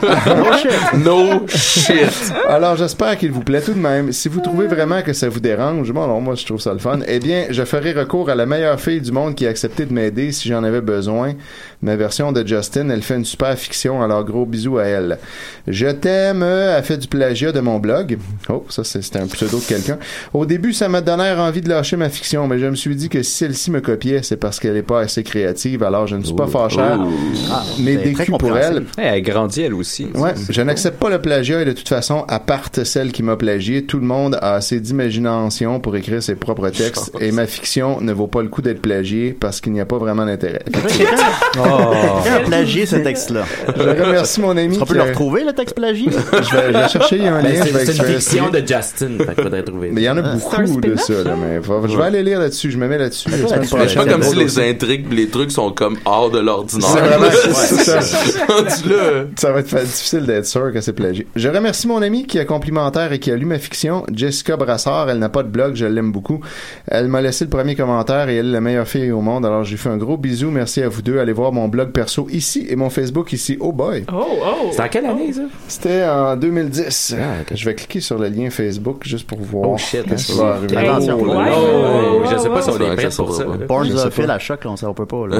pas- no shit. [LAUGHS] Alors, j'espère qu'il vous plaît tout de même. Si vous trouvez vraiment que ça vous dérange, bon, alors moi, je trouve ça le fun. Eh bien, je ferai recours à la meilleure fille du monde qui a accepté de m'aider si j'en avais besoin. Ma version de Justin, elle fait une super fiction, alors gros bisous à elle. Je t'aime, euh, a fait du plagiat de mon blog. Oh, ça, c'est- c'était un pseudo de quelqu'un. Au début, ça m'a donné envie de lâcher ma fiction, mais je me suis dit que si celle-ci me copiait, c'est parce qu'elle n'est pas assez créative, alors je ne suis pas fâcheur. Mais c'est des très culs pour elle. compréhensible. Eh, elle grandit elle aussi. Ouais, je n'accepte pas le plagiat et de toute façon, à part celle qui m'a plagié, tout le monde a assez d'imagination pour écrire ses propres textes et ma fiction ne vaut pas le coup d'être plagiée parce qu'il n'y a pas vraiment d'intérêt. Ah. Oh. Quelqu'un a plagié ce texte-là. Je remercie mon ami. On peut qui le a- retrouver, le texte plagié? Je vais, je vais chercher, il y a un Ben, lien, c'est je vais c'est une exprimer. fiction de Justin. Fait qu'il faudrait trouver. Mais il y en a beaucoup de spin-off, ça, là, mais faut- je vais aller lire là-dessus, je me mets là-dessus. la semaine là-dessus, C'est pas prochaine. comme si les intrigues pis les trucs sont comme hors de C'est l'ordinaire. vraiment- [LAUGHS] c'est ça. Rendu-le. Ça va être fa- difficile d'être sûr que c'est plagié. Je remercie mon amie qui est complimentaire et qui a lu ma fiction, Jessica Brassard. Elle n'a pas de blog, je l'aime beaucoup. Elle m'a laissé le premier commentaire et elle est la meilleure fille au monde. Alors, j'ai fait un gros bisou. Merci à vous deux. Allez voir mon blog perso ici et mon Facebook ici. Oh boy! Oh, oh. C'est en quelle année, ça? C'était en 2010. Ah, ok. Je vais cliquer sur le lien Facebook juste pour voir. Oh shit, Qu'est-ce qui va arriver? Hey, hein. Attention. ouais, Oh, ouais, oh, ouais, je sais ouais, pas si on ouais. est prêt pour ça. Porn Je sais Zoophile pas. Ah, à choc, là, on s'en peut pas, là.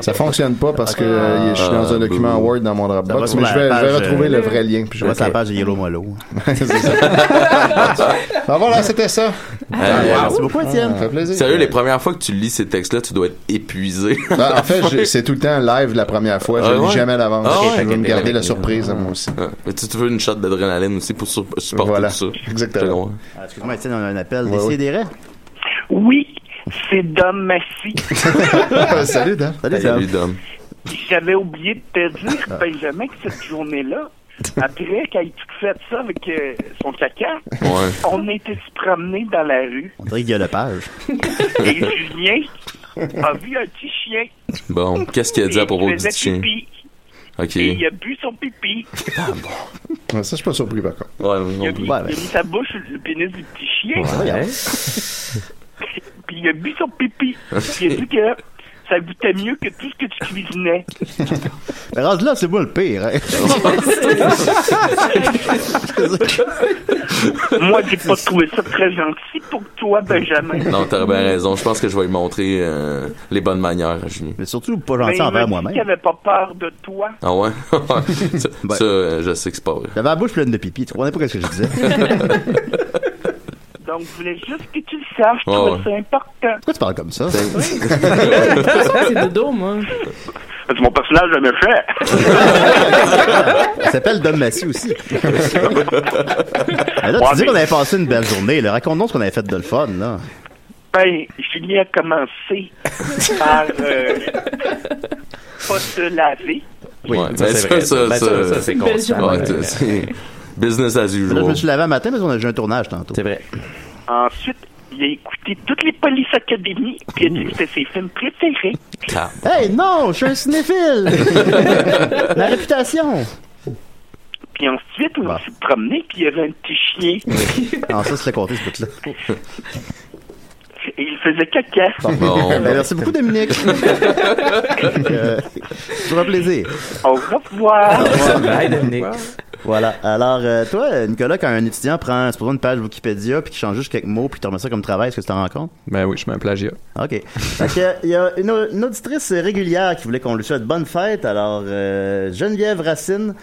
Ça fonctionne pas parce que euh, je suis dans un document Word dans mon Ah, Ça va Dropbox, sur mais la je vais, je vais page, retrouver euh, le vrai lien. Je Puis je vois vais sur la page de Yellow Molo. C'est ça. Ben voilà, c'était ça. Ah, Hey, Ah, Merci beaucoup, Étienne. Ça fait plaisir. Sérieux, les premières fois que tu lis ces textes-là, tu dois être épuisé. [LAUGHS] Ben, en fait, j'ai- c'est tout le temps live la première fois. Je Ah ne ouais? lis jamais à l'avance. Ah je ouais? veux me Ok, garder ok. la surprise, moi aussi. Mais tu tu veux une shot d'adrénaline aussi pour sur- supporter Voilà. tout ça. Je te Exactement. comprends. Ah, Excuse-moi, Étienne, on a un appel. Ouais, ouais. Décidérez. Oui, c'est Dom Massy. Ah [LAUGHS] Salut, Dan. Salut, Salut, Tom. Dom. J'avais oublié de te dire, Ah. Benjamin, que cette journée-là, après qu'elle ait tout fait ça avec euh, son caca, Ouais. on était se promener dans la rue On dirait qu'il y a le page. [LAUGHS] et Julien a vu un petit chien. Bon, qu'est-ce qu'il a dit à et propos il du faisait petit chien? pipi. Ok. Et il a bu son pipi. Ouais, Ça, je suis pas surpris, par contre. Ouais, Il a, non mis, plus. il a mis sa bouche sur le pénis du petit chien. Voyons. [LAUGHS] Puis il a bu son pipi. Puis il a dit que ça goûtait mieux que tout ce que tu [LAUGHS] cuisinais. Mais rendu là, c'est moi le pire. hein. [LAUGHS] Moi, j'ai pas trouvé ça très gentil pour toi, Benjamin. Non, t'as bien raison. Je pense que je vais lui montrer euh, les bonnes manières à Julien. Mais surtout, pas Mais gentil Ben, il m'a envers dit qu'il moi-même. avait pas peur de toi. Ah ouais? [LAUGHS] ça, Ben. ça, euh, je sais que c'est pas vrai. J'avais la bouche pleine de pipi. Tu comprenais pas ce que je disais. Donc, Donc, je voulais juste que tu le saches. Je Ah trouve ouais. ça important. [LAUGHS] Pourquoi tu parles comme ça? De toute façon, c'est de dos, moi. [LAUGHS] C'est mon personnage de méchant. Il s'appelle Dom Massy [LAUGHS] aussi. Mais là, Ouais, tu dis mais- qu'on avait passé une belle journée. là. Raconte-nous ce qu'on avait fait de le fun, là. [LAUGHS] Ben, Julien a commencé par [LAUGHS] euh, pas se laver. Oui, Ouais, ça, ben, c'est ça, vrai, ça, ça, Ben, ça, c'est Une belle constant. journée. Ouais, c'est- c'est business as Là, je me usual. suis lavé un matin parce qu'on a déjà un tournage tantôt. C'est vrai. Ensuite, il a écouté toutes les Police Academy, puis il a dit que c'était ses films préférés. Hey, non, je suis un [LAUGHS] cinéphile! La réputation! Puis ensuite, on Bah. s'est promené, puis il y avait un petit chien, Non, Ah, ça, c'est le côté, ce bout-là. et il faisait caca. Ben, Bon. merci beaucoup, Dominique. [LAUGHS] euh, toujours un plaisir. Au revoir. Bye, Dominique. Voilà. Alors, euh, toi, Nicolas, quand un étudiant prend, supposons, une page Wikipédia puis qui change juste quelques mots puis tu remets ça comme travail, est-ce que tu t'en rends compte? Ben oui, je mets un plagiat. OK. Fait que, euh, il y a une, au- une auditrice régulière qui voulait qu'on lui souhaite bonne fête. Alors, euh, Geneviève Racine,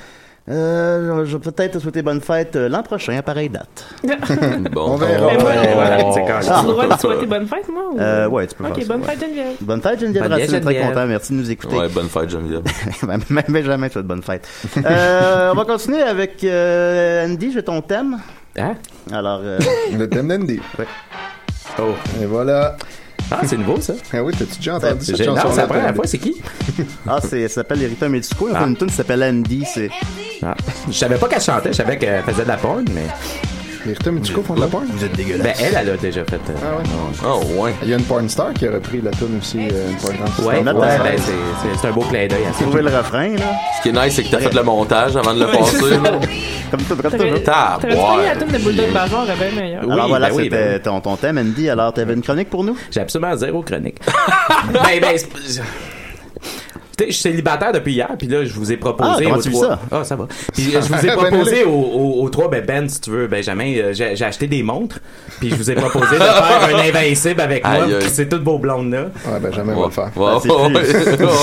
euh, je vais peut-être te souhaiter bonne fête euh, l'an prochain à pareille date. Bon. On ben, verra. Mais moi, Ouais, voilà. C'est quand J'ai le droit de souhaiter bonne fête, moi? Ou... Euh, ouais, tu peux faire Ok, ça, bonne ouais. fête, Geneviève. Bonne fête, Geneviève Bonne fête, Racine. Très Geneviève. content. Merci de nous écouter. Ouais, bonne fête, Geneviève. [LAUGHS] Même Benjamin te souhaite bonne fête. [LAUGHS] Euh, on va continuer avec euh, Andy, j'ai ton thème. Hein? Alors, [LAUGHS] euh, Le thème d'Andy. Oh. Et voilà. Ah, c'est nouveau, ça. Ah oui, t'as-tu déjà entendu cette J'ai- Non, chanson-là? c'est la première Andy? fois, c'est qui? ah, c'est, ça s'appelle Les rythmes médicaux. Il y a Ah. une tune qui s'appelle Andy. C'est... Ah. Je savais pas qu'elle chantait, je savais qu'elle faisait de la porn, mais. Les rythmes du coup font de la porn. Vous êtes dégueulasse. Ben, elle, elle a déjà fait. euh, Ah ouais. Oh, ouais. Il y a une porn star qui a repris la tune aussi, euh, une porn star. Ouais, mettre ouais, la- ben, c'est- c'est c'est un beau clin d'œil à ça. Trouvez le refrain, là. Ce qui est nice, c'est que t'as fait le montage avant de le passer. là. Comme tout, comme T'aurais toujours. Tab, t'aurais dû pogner la ouais. tune de Bulldog Bavard, elle est bien meilleure. ben Oui, Alors voilà, ben oui, c'était ben oui. ton, ton thème, Andy. Alors, t'avais une chronique pour nous? J'ai absolument zéro chronique. [LAUGHS] ben, ben, c'est- je- Tu sais, je suis célibataire depuis hier, puis là, je vous ai proposé Ah, comment aux tu vis trois. ça? Ah, ça va. Puis euh, [LAUGHS] je vous ai proposé aux, aux- aux trois, ben, Ben, si tu veux, Benjamin, euh, j'ai j'ai acheté des montres, puis je vous ai proposé de faire un invincible avec moi, Aïe, aïe. puis c'est toutes vos blondes là. Ouais, ben jamais on va le Ouais, faire. Ah, ouais, [LAUGHS] c'est plus- ouais.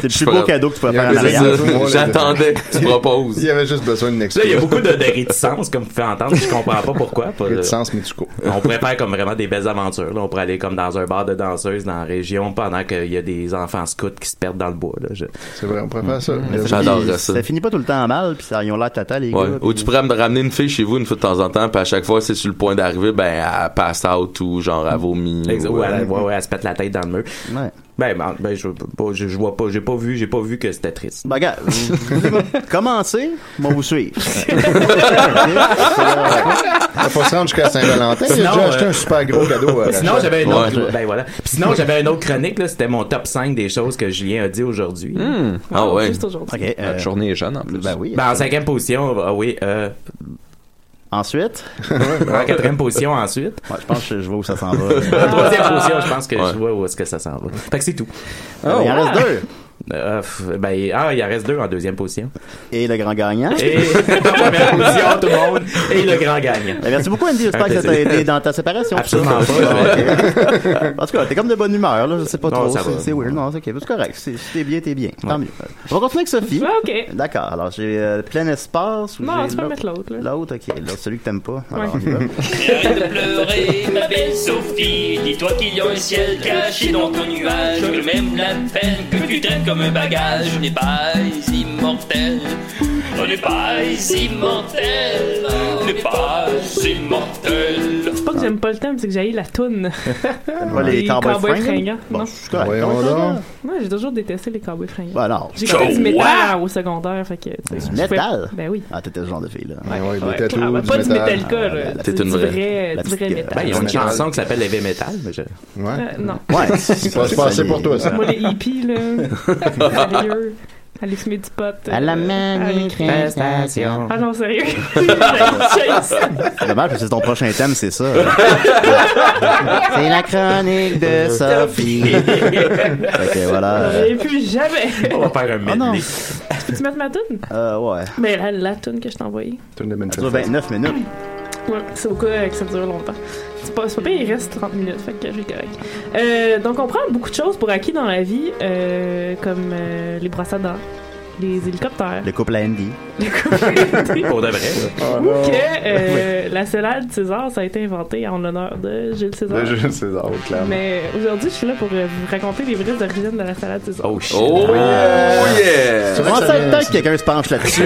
C'est Je le plus beau ferais- cadeau que tu peux Il y a faire un en désir. mariage. Ouais, J'attendais que tu Il proposes. y avait juste besoin d'une Là, il y a excuse. beaucoup de, de réticences, comme vous pouvez entendre, je comprends pas pourquoi. pas de- Réticence, mais du coup. On pourrait faire comme vraiment des belles aventures. Là. On pourrait aller comme dans un bar de danseuses dans la région pendant qu'il y a des enfants scouts qui se perdent dans le bois. Là. Je- C'est vrai, on préfère ça. Mm. J'adorerais ça. Ça finit pas tout le temps en mal, puis ça, ils ont l'air tata, les Ouais. gars. Ou puis- tu pourrais me ramener une fille chez vous une fois de temps en temps, puis à chaque fois, c'est sur le point d'arriver, ben, elle passe out ou genre, elle vomit. Ex- ou- ouais, elle, ouais, ouais, elle se pète la tête dans le mur. Ouais. Ben, ben, ben, je, pas- je, je vois pas, j'ai pas vu, j'ai pas vu que c'était triste. Ben, gars, vous- vous- commencez, moi vous suivre. Il faut se rendre jusqu'à Saint-Valentin. Il a Sinon, déjà acheté euh, un super gros cadeau. à Sinon, Rachel. j'avais une Euh, Ouais, autre, je- ben, voilà. Puis sinon, j'avais une autre chronique, là. C'était mon top 5 des choses que Julien a dit aujourd'hui. Ah ouais. Juste aujourd'hui. OK. euh, Notre journée est jeune, en plus. ben oui. Ben, en cinquième position, ah oui, euh, Ensuite, en quatrième [LAUGHS] position ensuite. ouais, je pense que je vois où ça s'en va. [LAUGHS] En troisième position, je pense que Ouais. je vois où est-ce que ça s'en va. Fait que c'est tout. Oh, Il en reste deux. Euh, f- ben, ah, il en reste deux en deuxième position. Et le grand gagnant. [LAUGHS] Et en première position, tout le monde. Et le grand gagnant. Ben, Merci beaucoup, Andy. J'espère Un que ça t'a plaisir. aidé dans ta séparation. Absolument tout ça. pas, Ok. [LAUGHS] en tout cas, t'es comme de bonne humeur, là. Je sais pas Non, trop. ça C'est va. c'est weird. Non, c'est ok. C'est correct. C'est- Si t'es bien, t'es bien. Tant mieux. On va continuer avec Sophie. Ah, OK. D'accord. Alors, j'ai euh, plein espace. ou Non, j'ai tu peux l'autre? mettre l'autre, là. L'autre, ok. L'autre, celui que t'aimes pas. Alors, Ouais. on y [LAUGHS] va. Arrête de pleurer, ma belle Sophie. Dis-toi qu'il y a un ciel caché dans ton nuage. Que même la peine que tu traînes comme un bagage n'est pas immortel. On n'est pas immortel. On n'est pas immortel. C'est pas que j'aime pas le thème, c'est que j'ai la toune. T'aimes [LAUGHS] pas les Les cowboys cowboys fringants? fringants, Bon, non. je suis correct. Voyons Comment ça va? donc. Moi, j'ai toujours détesté les cowboys fringants. Ben, alors. J'ai commencé du métal au secondaire, fait que, tu sais. je Métal? pouvais- Ben oui. Ah, t'étais ce genre de fille, là. Ah ouais, des Ouais, tatous, clairement. du pas du métal. Metallica, Ah, là. la C'est petite du vraie. vrai, La du petite vrai gueule. Ben, métal. ils ont une Metal. chanson qui s'appelle Heavy Metal. mais je- Ouais. Euh, Non. [LAUGHS] Ouais. C'est Ça va se passer pour toi, ça. Moi, les hippies, là. Sérieux. Allez fumer du pot. euh, À la Prestation. Ah non, sérieux. [LAUGHS] J'ai- j'ai- Dommage, parce que c'est ton prochain thème, c'est ça. [LAUGHS] c'est la chronique de Sophie. [LAUGHS] [LAUGHS] fait que voilà. euh, J'aurais plus jamais. On va faire un Ah non. medley. Peux-tu mettre ma toune? Euh, ouais. Mais la, la toune que je t'ai envoyée. Tourne de Ça dure Manchester. 29 minutes. Ouais, c'est au cas euh, que ça dure longtemps. C'est pas, c'est pas pire, il reste 30 minutes, fait que j'ai correct. Euh, donc, on prend beaucoup de choses pour acquis dans la vie, euh, comme euh, les brosses à dents, les hélicoptères, Le couple à Andy. le comité, Pour de vrai. là. Oh ou non. que [LAUGHS] euh, la salade César, ça a été inventé en l'honneur de Gilles César. Le jeu de César, oui, clairement. Mais aujourd'hui, je suis là pour euh, vous raconter les vraies origines de la salade César. Oh shit. Oh C'est yeah! vrai Comment que ça ça le vient- temps que quelqu'un se penche là-dessus?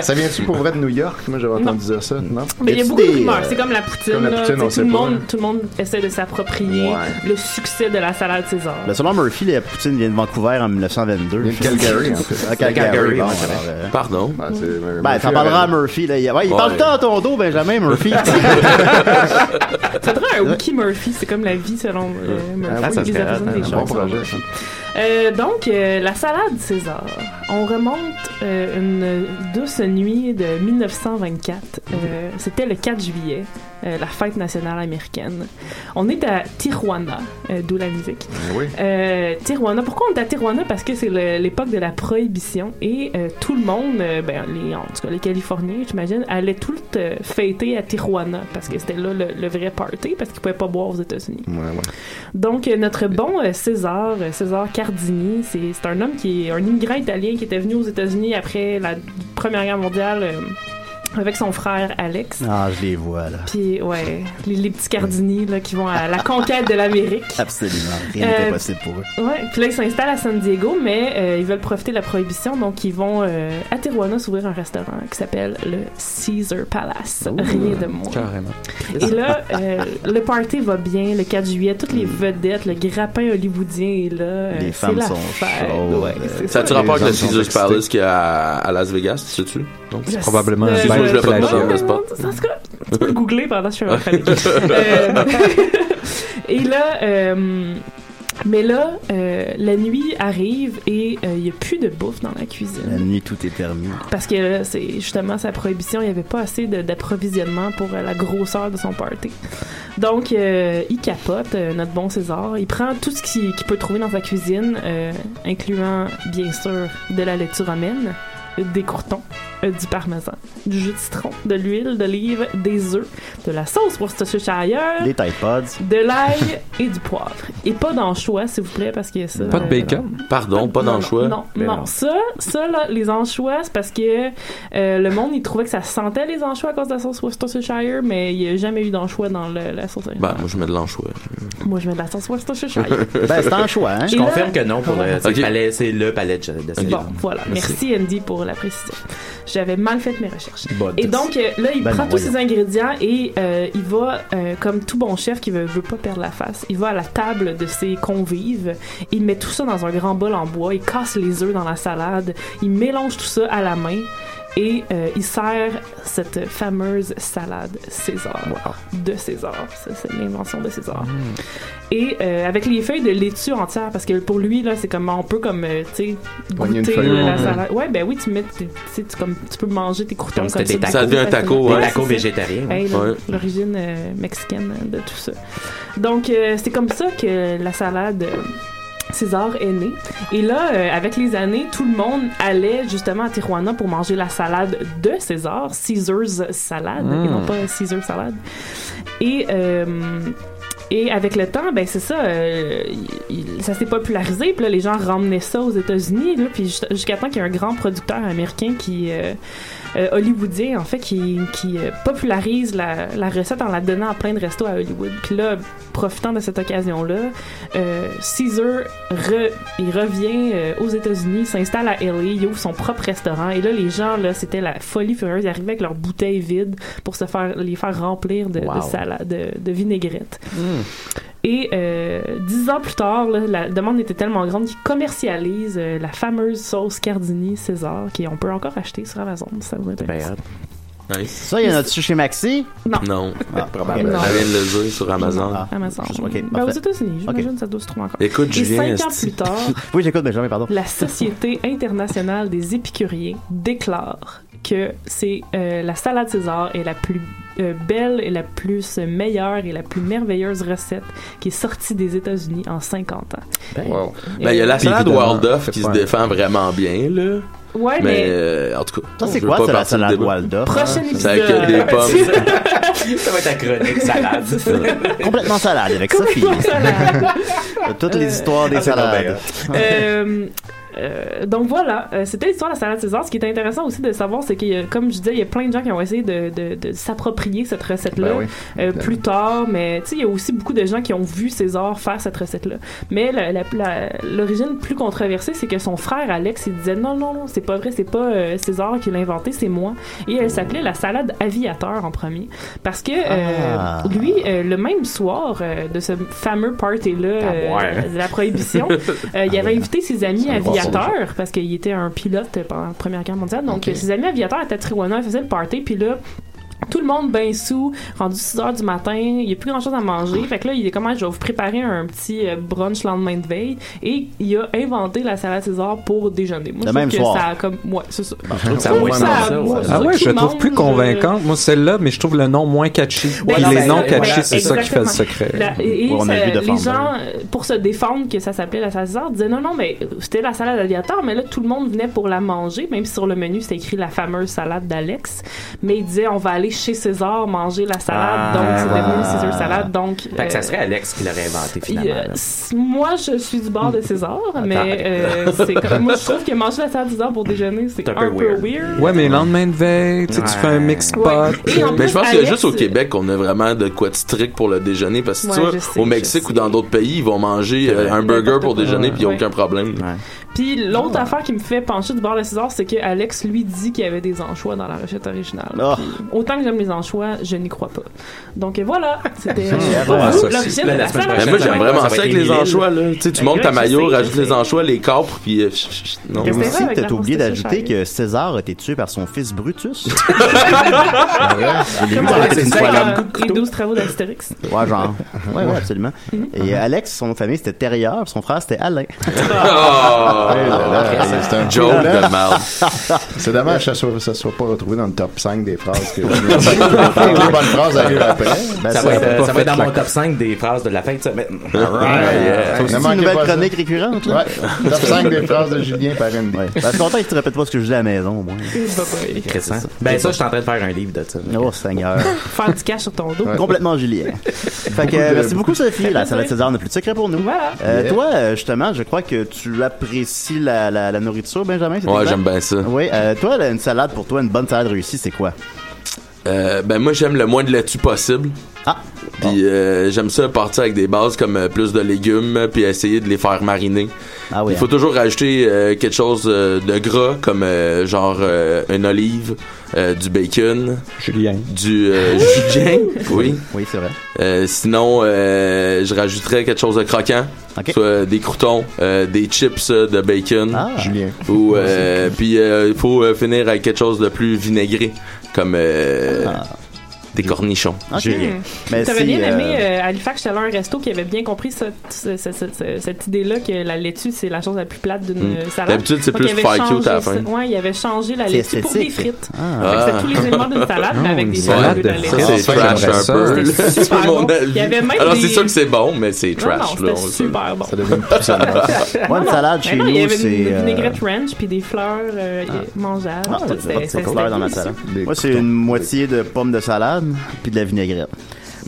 Ça vient-tu pour vrai de New York? Moi, j'avais entendu dire ça, non? Mais il y a Y'a-tu beaucoup de des, rumeurs. euh, C'est comme la poutine. comme la là. poutine, Tu on sais, sait tout, le pas, monde, hein. tout le monde essaie de s'approprier Ouais. le succès de la salade César. Ben, selon Murphy, la poutine vient de Vancouver en 1922. Il y a Calgary, en fait. Ah, Calgary, Calgary, bon, ouais, alors, euh, Pardon? Ben, c'est- Ben, t'en parleras à Murphy, là. Il- Ouais, il parle Ouais. tant à ton dos, Benjamin, Murphy. Ça devrait un Wiki Murphy. C'est comme la vie selon euh, Murphy. Ah, ça les serait origines hot, des hein, choses. Bon projet. ça. Euh, donc, euh, la salade César. On remonte euh, une douce nuit de 1924. Euh, C'était le 4 juillet, euh, la fête nationale américaine. On est à Tijuana, euh, d'où la musique. Oui. Euh, Tijuana. Pourquoi on est à Tijuana? Parce que c'est le- l'époque de la prohibition et euh, tout le monde, euh, ben, les, en tout cas les Californiens, j'imagine, allaient tout euh, fêter à Tijuana parce que c'était là le, le vrai party parce qu'ils pouvaient pas boire aux États-Unis. Ouais, ouais. Donc, euh, notre bon euh, César, euh, César Cardini, c'est c'est un homme qui est un immigrant italien qui était venu aux États-Unis après la Première Guerre mondiale euh, avec son frère Alex. Ah, je les vois, là. Puis, ouais, les, les petits Cardini là, qui vont à la conquête de l'Amérique. Absolument. Rien n'était Euh, possible pour eux. Ouais, puis là, ils s'installent à San Diego, mais euh, ils veulent profiter de la prohibition, donc ils vont euh, à Tijuana s'ouvrir un restaurant qui s'appelle le Caesar Oh. Palace. Rien de moins. Carrément. Et là, euh, le party va bien, le 4 juillet, toutes les vedettes, le grappin hollywoodien est là. euh, Mm. Les c'est femmes la sont fête, chaudes. ouais, c'est Ça a-tu Les rapport avec le hommes sont Caesar's excités. Palace qu'il y a à Las Vegas, tu sais-tu? Je- probablement Euh, un Excuse-moi, je l'ai pas ouais, demandé, ouais, n'est-ce pas? ouais, en tout cas, [LAUGHS] tu peux le googler pendant que je fais [LAUGHS] ma chronique. Euh, [LAUGHS] et là, euh, mais là, euh, la nuit arrive et euh, il n'y a plus de bouffe dans la La cuisine. nuit, tout est permis. Parce que là, c'est justement sa prohibition, il n'y avait pas assez de- d'approvisionnement pour euh, la grosseur de son party. Donc, euh, il capote, euh, notre bon César. Il prend tout ce qu'il qu'il peut trouver dans sa cuisine, euh, incluant, bien sûr, de la laitue romaine, des croutons, euh, du parmesan, du jus de citron, de l'huile d'olive, des œufs, de la sauce pour se ailleurs, Les Tide Pods. de l'ail et du poivre. Et pas d'anchois, s'il vous plaît, parce que ça... Pas de euh, bacon. Pardon, pas non, d'anchois? Non, Ben non. non. Ça, ça là, les anchois, c'est parce que euh, le monde, il trouvait que ça sentait les anchois à cause de la sauce Worcestershire, mais il n'y a jamais eu d'anchois dans le- la sauce. euh, Ben, moi, je mets de l'anchois. Moi, je mets de la sauce Worcestershire. Ben, c'est un choix, hein? Je Et là- confirme que non pour le, c'est Ok. le palais, c'est le palais de de bon, César. voilà. Merci. Andy, pour la précision. J'avais mal fait mes recherches. Bon, Et donc, euh, là, il Ben prend non, tous voyons. ses ingrédients et euh, il va, euh, comme tout bon chef qui veut, veut pas perdre la face, il va à la table de ses convives, il met tout ça dans un grand bol en bois, il casse les œufs dans la salade, il mélange tout ça à la main et euh, il sert cette fameuse salade César de César. Ça, C'est l'invention de César. Et euh, avec les feuilles de laitue entière, parce que pour lui, là, c'est comme un peu comme, euh, tu sais, Pogner une goûter feuille. euh, la Mhm. salade. Ouais, ben oui, tu mets, tu tu sais, tu comme- tu peux manger tes croutons comme Comme ça. c'était des des tacos. Ça devient un facilement. taco, ouais. Ouais, taco c'est ça. végétarien. hein? ouais. Hey, là, Ouais. L'origine euh, mexicaine de tout ça. Donc, euh, c'est comme ça que la salade euh, César est née. Et là, euh, avec les années, tout le monde allait justement à Tijuana pour manger la salade de César, Caesar's salade, et non pas Caesar salade. Et euh, et avec le temps, ben c'est ça, euh, il- il- ça s'est popularisé, puis là, les gens ramenaient ça aux États-Unis, là, puis jus- jusqu'à temps qu'il y ait un grand producteur américain qui, euh, euh, hollywoodien en fait, qui, qui euh, popularise la, la recette en la donnant à plein de restos à Hollywood. Puis là, profitant de cette occasion-là, euh, Caesar re- il revient euh, aux États-Unis, s'installe à LA, il ouvre son propre restaurant, et là, les gens là, c'était la folie furieuse, ils arrivaient avec leurs bouteilles vides pour se faire les faire remplir de, de salade, de, de vinaigrette. Et euh, dix ans plus tard, là, la demande était tellement grande qu'ils commercialisent euh, la fameuse sauce Cardini César, qui on peut encore acheter sur Amazon, si ça vous Ben, intéresse. hein. Nice. Ça, il y en a-tu chez Maxi? Non. Ah, Probablement. Non. Elle vient de le dire sur Amazon. Ah, Amazon. juste- ok, ben, aux parfait. États-Unis, j'imagine que ça doit se trouver encore. Écoute, Et Julien, cinq ans esti. plus tard, Oui, j'écoute Benjamin, pardon. la Société internationale des épicuriens déclare que c'est euh, la salade César est la plus euh, belle et la plus meilleure et la plus merveilleuse recette qui est sortie des États-Unis en 50 ans. Wow. Ben, il y a la Puis salade évidemment, Waldorf c'est qui pas se un- défend vraiment bien, là. Ouais, Mais, mais euh, en tout cas. Ça, c'est je veux quoi, pas ça, partir la du salade débat. Waldorf? prochain Ça épisode. avec des Ah, pommes. [LAUGHS] ça va être la chronique salade. Complètement salade avec Sophie. Complètement salade. Toutes les histoires des c'est salades. Euh, Euh, donc voilà, euh, c'était l'histoire de la salade César. Ce qui est intéressant aussi de savoir, c'est que, comme je disais, il y a plein de gens qui ont essayé de, de- de s'approprier cette recette-là Ben oui. euh, Ben. plus tard, mais tu sais, il y a aussi beaucoup de gens qui ont vu César faire cette recette-là. Mais la- la- la- l'origine plus controversée, c'est que son frère Alex, il disait non, non, non, c'est pas vrai, c'est pas euh, César qui l'a inventé, c'est moi. Et elle s'appelait la salade aviateur en premier. Parce que euh, Ah. lui, euh, le même soir euh, de ce fameux party-là, euh, ouais. de la prohibition, euh, il avait invité ses amis une grosse aviateurs parce qu'il était un pilote pendant la Première Guerre mondiale. Donc, Ok. euh, ses amis aviateurs à Tatriwana faisaient le party, puis là, tout le monde ben sous, rendu 6 heures du matin, il n'y a plus grand chose à manger. Fait que là, il est comment je vais vous préparer un petit euh, brunch lendemain de veille. Et il a inventé la salade César pour déjeuner. Le Moi, je trouve même que soir. ça a comme. Ouais, c'est ça. Ça trouve moins que ça- bon, ça, moi, ouais. Ah ouais, Tout je le la trouve monde, plus euh, convaincante. Moi, celle-là, mais je trouve le nom moins catchy. Ben, Puis non, les ben, noms ouais, catchy, c'est ça exactement. qui fait le secret. La- et, et Pour un ça- avis de les femme, gens, euh, pour se défendre que ça s'appelait la salade César, disaient non, non, mais c'était la salade aviateur, mais là, tout le monde venait pour la manger, même si sur le menu, c'était écrit la fameuse salade d'Alex. Mais ils disaient, on va aller chez César manger la salade, Ah. donc c'était devenu César salade, donc. Fait que euh, ça serait Alex qui l'aurait inventé puis, finalement. euh, là. s- moi, je suis du bord de César, mais euh, c'est comme, moi, je trouve que manger la salade César pour déjeuner, c'est un peu weird. Ouais, mais le lendemain de veille, tu sais, tu Ouais. fais un mix pot. Ben, Ouais. Et en Mais plus, je pense qu'il y a Alex, juste au Québec qu'on a vraiment de quoi de strict pour le déjeuner parce que Ouais, tu vois, je sais, au je Mexique sais. ou dans d'autres pays, ils vont manger euh, un N'importe burger pour quoi. déjeuner puis il n'y Ouais. a aucun problème. Puis l'autre affaire qui me fait pencher du bord de César, c'est que Alex lui dit qu'il y avait des anchois dans la recette originale. Ah. Puis, autant que j'aime les anchois, je n'y crois pas. Donc voilà, c'était euh, Ah, pour ça, vous, c'est- l'origine de la- la la semaine salade. Mais moi, j'aime Ouais, vraiment ça, ça va être avec les Émilie, anchois, là. Tu sais, tu Ben, montes ta je sais, maillot, je rajoutes sais. les anchois, les capres, puis. euh, chut, chut, non. Qu'est-ce que c'est Aussi, vrai avec t'as la oublié constitution, d'ajouter Charlie? que César a été tué par son fils Brutus. Comme Ouais, dans c'est les ça, douze- comme coup de les couteau. 12 travaux d'Astérix. Ouais, genre. Ouais, ouais, absolument. Et euh, Alex, son famille, c'était Terrier, puis son frère, c'était Alain. Ah! Eh là là, c'est- c'est un Joke problème. de mal. C'est dommage que ça soit, ça soit pas retrouvé dans le top 5 des phrases que je viens de dire. Les bonnes phrases arrivent après. Ben, Ça va être, pas euh, ça va fait être dans la mon top 5 des phrases de la fête. ça. Mais- Ah, Ouais, C'est ne une manquez nouvelle pas ça. chronique récurrente, là. Ouais, top 5 des phrases de Julien par Andy. Ouais. Ben, je suis content que tu répètes pas ce que je dis à la maison, au moins. Et bye bye. Chris, hein? Ben ça, je suis en train de faire un livre de ça. Oh, Seigneur. Faire du cash sur ton dos. Complètement Julien. Fait que, euh, de- merci beaucoup, Sophie. La salade César n'a plus de secret pour nous. Voilà. Euh, Yeah. Toi, euh, justement, je crois que tu apprécies la, la, la nourriture, Benjamin. c'est Ouais, exact? j'aime bien ça. Oui, euh, toi, là, une salade, pour toi, une bonne salade réussie, c'est quoi? Euh, ben moi j'aime le moins de laitue possible. Ah. Puis euh, j'aime ça partir avec des bases comme euh, plus de légumes euh, puis essayer de les faire mariner. Ah oui. Il faut toujours rajouter euh, quelque chose euh, de gras comme euh, genre euh, une olive, euh, du bacon, Julien. du [LAUGHS] euh, jus de gin. Oui. hein. Oui, c'est vrai. Euh, sinon euh, je rajouterais quelque chose de croquant, Ok. soit des croutons, euh, des chips euh, de bacon. Ah. Julien. Ou euh, puis euh, il faut euh, finir avec quelque chose de plus vinaigré comme euh, Ah. des cornichons. Ok. Julien. Mais T'avais si, bien euh, aimé euh, Halifax, j'étais allé à un resto qui avait bien compris ce- ce- ce- ce- ce- cette idée-là que la laitue, c'est la chose la plus plate d'une Mm. salade. D'habitude, c'est Donc, plus il avait faire cute à la changé fin. ça. Ouais, il avait changé la C'est laitue pour des esthétique. frites. Ah. Fait que c'était Ah. tous les éléments d'une salade, mais avec des salade éléments de de la frites. laitue. Ça, c'est Enfin, trash j'aimerais un ça. peu. là. C'était C'est super mon bon. avis. Il y avait même Alors, des- c'est sûr que c'est bon, mais c'est Non, non, trash. là, c'était on le sait. super bon. Ça devient une poussonneuse. Moi, une salade Mais chez Ah, non, nous, il y avait c'est. une euh, vinaigrette ranch puis des fleurs euh, mangeables. Ah, Tout, j'ai c'était- pas de c'était- fleurs dans ma c'était salade. Des Moi, c'est croutons. une moitié de pommes de salade puis de la vinaigrette.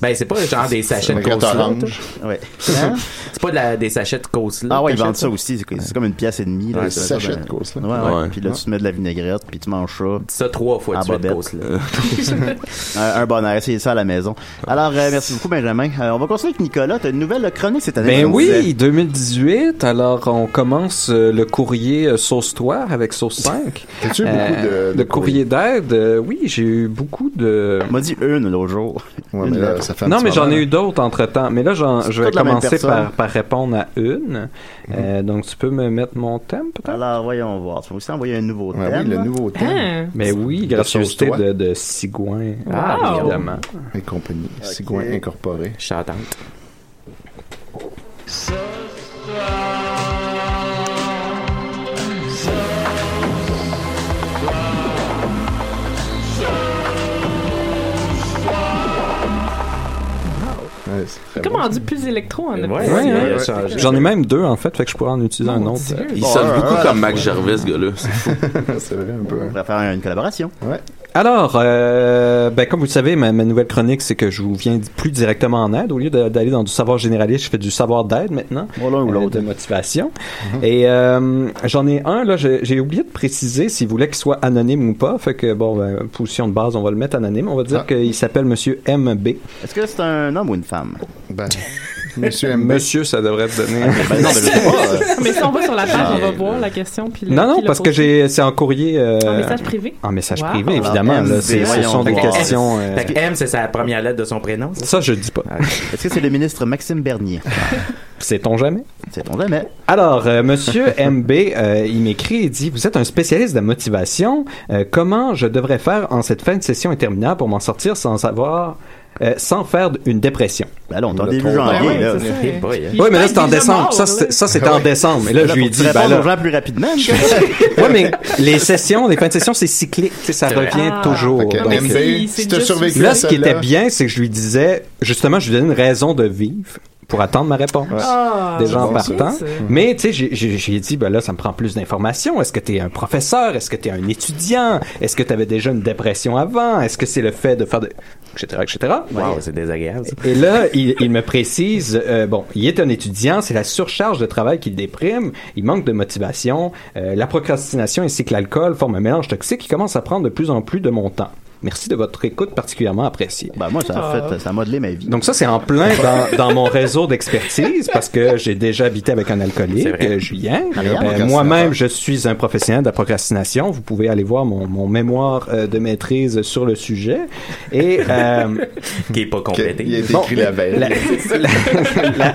Ben c'est pas genre des sachets de Vinaigrette coleslaw. orange. toi. Ouais. Hein? C'est pas de la- des sachets de coleslaw. Ah ouais, ils t'achètes vendent ça aussi. C'est c'est comme une pièce et demie. là, Un ça, sachet ben, de course. là. Ouais, ouais. Ouais. Puis là, tu te mets de la vinaigrette, puis tu manges ça. Dis ça trois fois Ah, tu fais de bobette. coleslaw. Un, un bonheur. Essayez ça à la maison. Alors, euh, merci beaucoup, Benjamin. Euh, on va continuer avec Nicolas. T'as une nouvelle chronique cette année. Ben tu me disais. oui, 2018. Alors, on commence euh, le courrier euh, Sauce Toi avec Sauce 5. T'as-tu eu beaucoup de, Euh, de courrier d'aide. euh, oui, j'ai eu beaucoup de. On m'a dit une l'autre jour. Ouais, mais là, ça fait un Non, petit mais j'en moment, ai là. eu d'autres entre temps. Mais là, j'en- je vais toutes la même commencer personne. Mhm. par, par répondre à une. Euh, donc, tu peux me mettre mon thème, peut-être? Alors, voyons voir. Tu peux aussi envoyer un nouveau Ouais, oui, thème. le nouveau thème Ah, Mais oui, gracieuseté de, de Sigouin, Ah, Wow. évidemment. et compagnie. Sigouin incorporé. Chantante. Ouais, c'est très Comme bon. rendu plus électro en Ouais, Ouais, il a ouais. [LAUGHS] changé. J'en ai même deux, en fait, fait que je pourrais en utiliser un autre. euh, Il Bon, sonne un, un beaucoup à la [LAUGHS] comme Mac Gervais, ce gars-là. C'est vrai un peu. On hein. pourrait faire une collaboration. Ouais. Alors, euh, ben, comme vous le savez, ma, ma nouvelle chronique, c'est que je vous viens plus directement en aide. Au lieu de- d'aller dans du savoir généraliste, je fais du savoir d'aide maintenant. Bon, l'un ou euh, l'autre. de motivation. Et euh, j'en ai un, là, j'ai j'ai oublié de préciser s'il voulait qu'il soit anonyme ou pas. Fait que, bon, ben, position de base, on va le mettre anonyme. On va dire Ah. qu'il s'appelle Monsieur MB. Est-ce que c'est un homme ou une femme? [LAUGHS] Ben, monsieur M. Monsieur, ça devrait te donner. Ben non, mais je sais pas. euh, Ah, Mais si on va sur la page, on va voir la question. Puis le- [LAUGHS] non, non, puis le parce que poster. j'ai, c'est en courrier. euh, Un message privé. en message Wow. privé, Alors, évidemment. MB, Là, c'est- ce voyons sont des donc. questions. euh, Fait que M, c'est sa première lettre de son prénom. ça? ça, je le dis pas. Est-ce que c'est le ministre Maxime Bernier? Sait-on jamais? Sait-on jamais? Alors, euh, Monsieur [LAUGHS] MB, euh, il m'écrit et dit Vous êtes un spécialiste de la motivation. Euh, comment je devrais faire en cette fin de session interminable pour m'en sortir sans avoir. euh, sans faire d- une dépression. Ben là, on est en Le début trop- Ben janvier, ouais, là. c'est ça. Eh boy, hein. Puis Oui, je pense mais là, c'est en qu'il est déjà décembre. mort, ça, là. c'était ça, c'était en décembre. Et là, je lui ai ai dit, ben répondre là, aux gens plus rapidement. ouais, mais les sessions, les fins de session, c'est cyclique, tu sais, ça revient Ah. toujours. euh, Fait que Donc, MB, c'est- si c'est t'as juste- survécu à Là, ce qui celle-là, était bien, c'est que je lui disais, justement, je lui donnais une raison de vivre pour attendre ma réponse. Ah, Des gens c'est partants. ça. Mais, tu sais, j'ai- j'ai j'ai dit, ben là, ça me prend plus d'informations. Est-ce que t'es un professeur? Est-ce que t'es un étudiant? Est-ce que t'avais déjà une dépression avant? Est-ce que c'est le fait de faire de... etc., etc. Wow, c'est désagréable. [LAUGHS] ça. Et là, il, il me précise, euh, bon, il est un étudiant, c'est la surcharge de travail qui le déprime, il manque de motivation, euh, la procrastination ainsi que l'alcool forment un mélange toxique qui commence à prendre de plus en plus de mon temps. Merci de votre écoute particulièrement appréciée. Ben moi, ça a Ah. fait, ça a modelé ma vie. Donc ça, c'est en plein dans, dans mon réseau d'expertise parce que j'ai déjà habité avec un alcoolique, C'est vrai. euh, Julien, Julien. Euh, procrastinateur. Moi-même, je suis un professionnel de la procrastination. Vous pouvez aller voir mon, mon mémoire euh, de maîtrise sur le sujet. Et euh, Qui est pas que- complété. il a été ben, Bon. écrit la veille. la, la-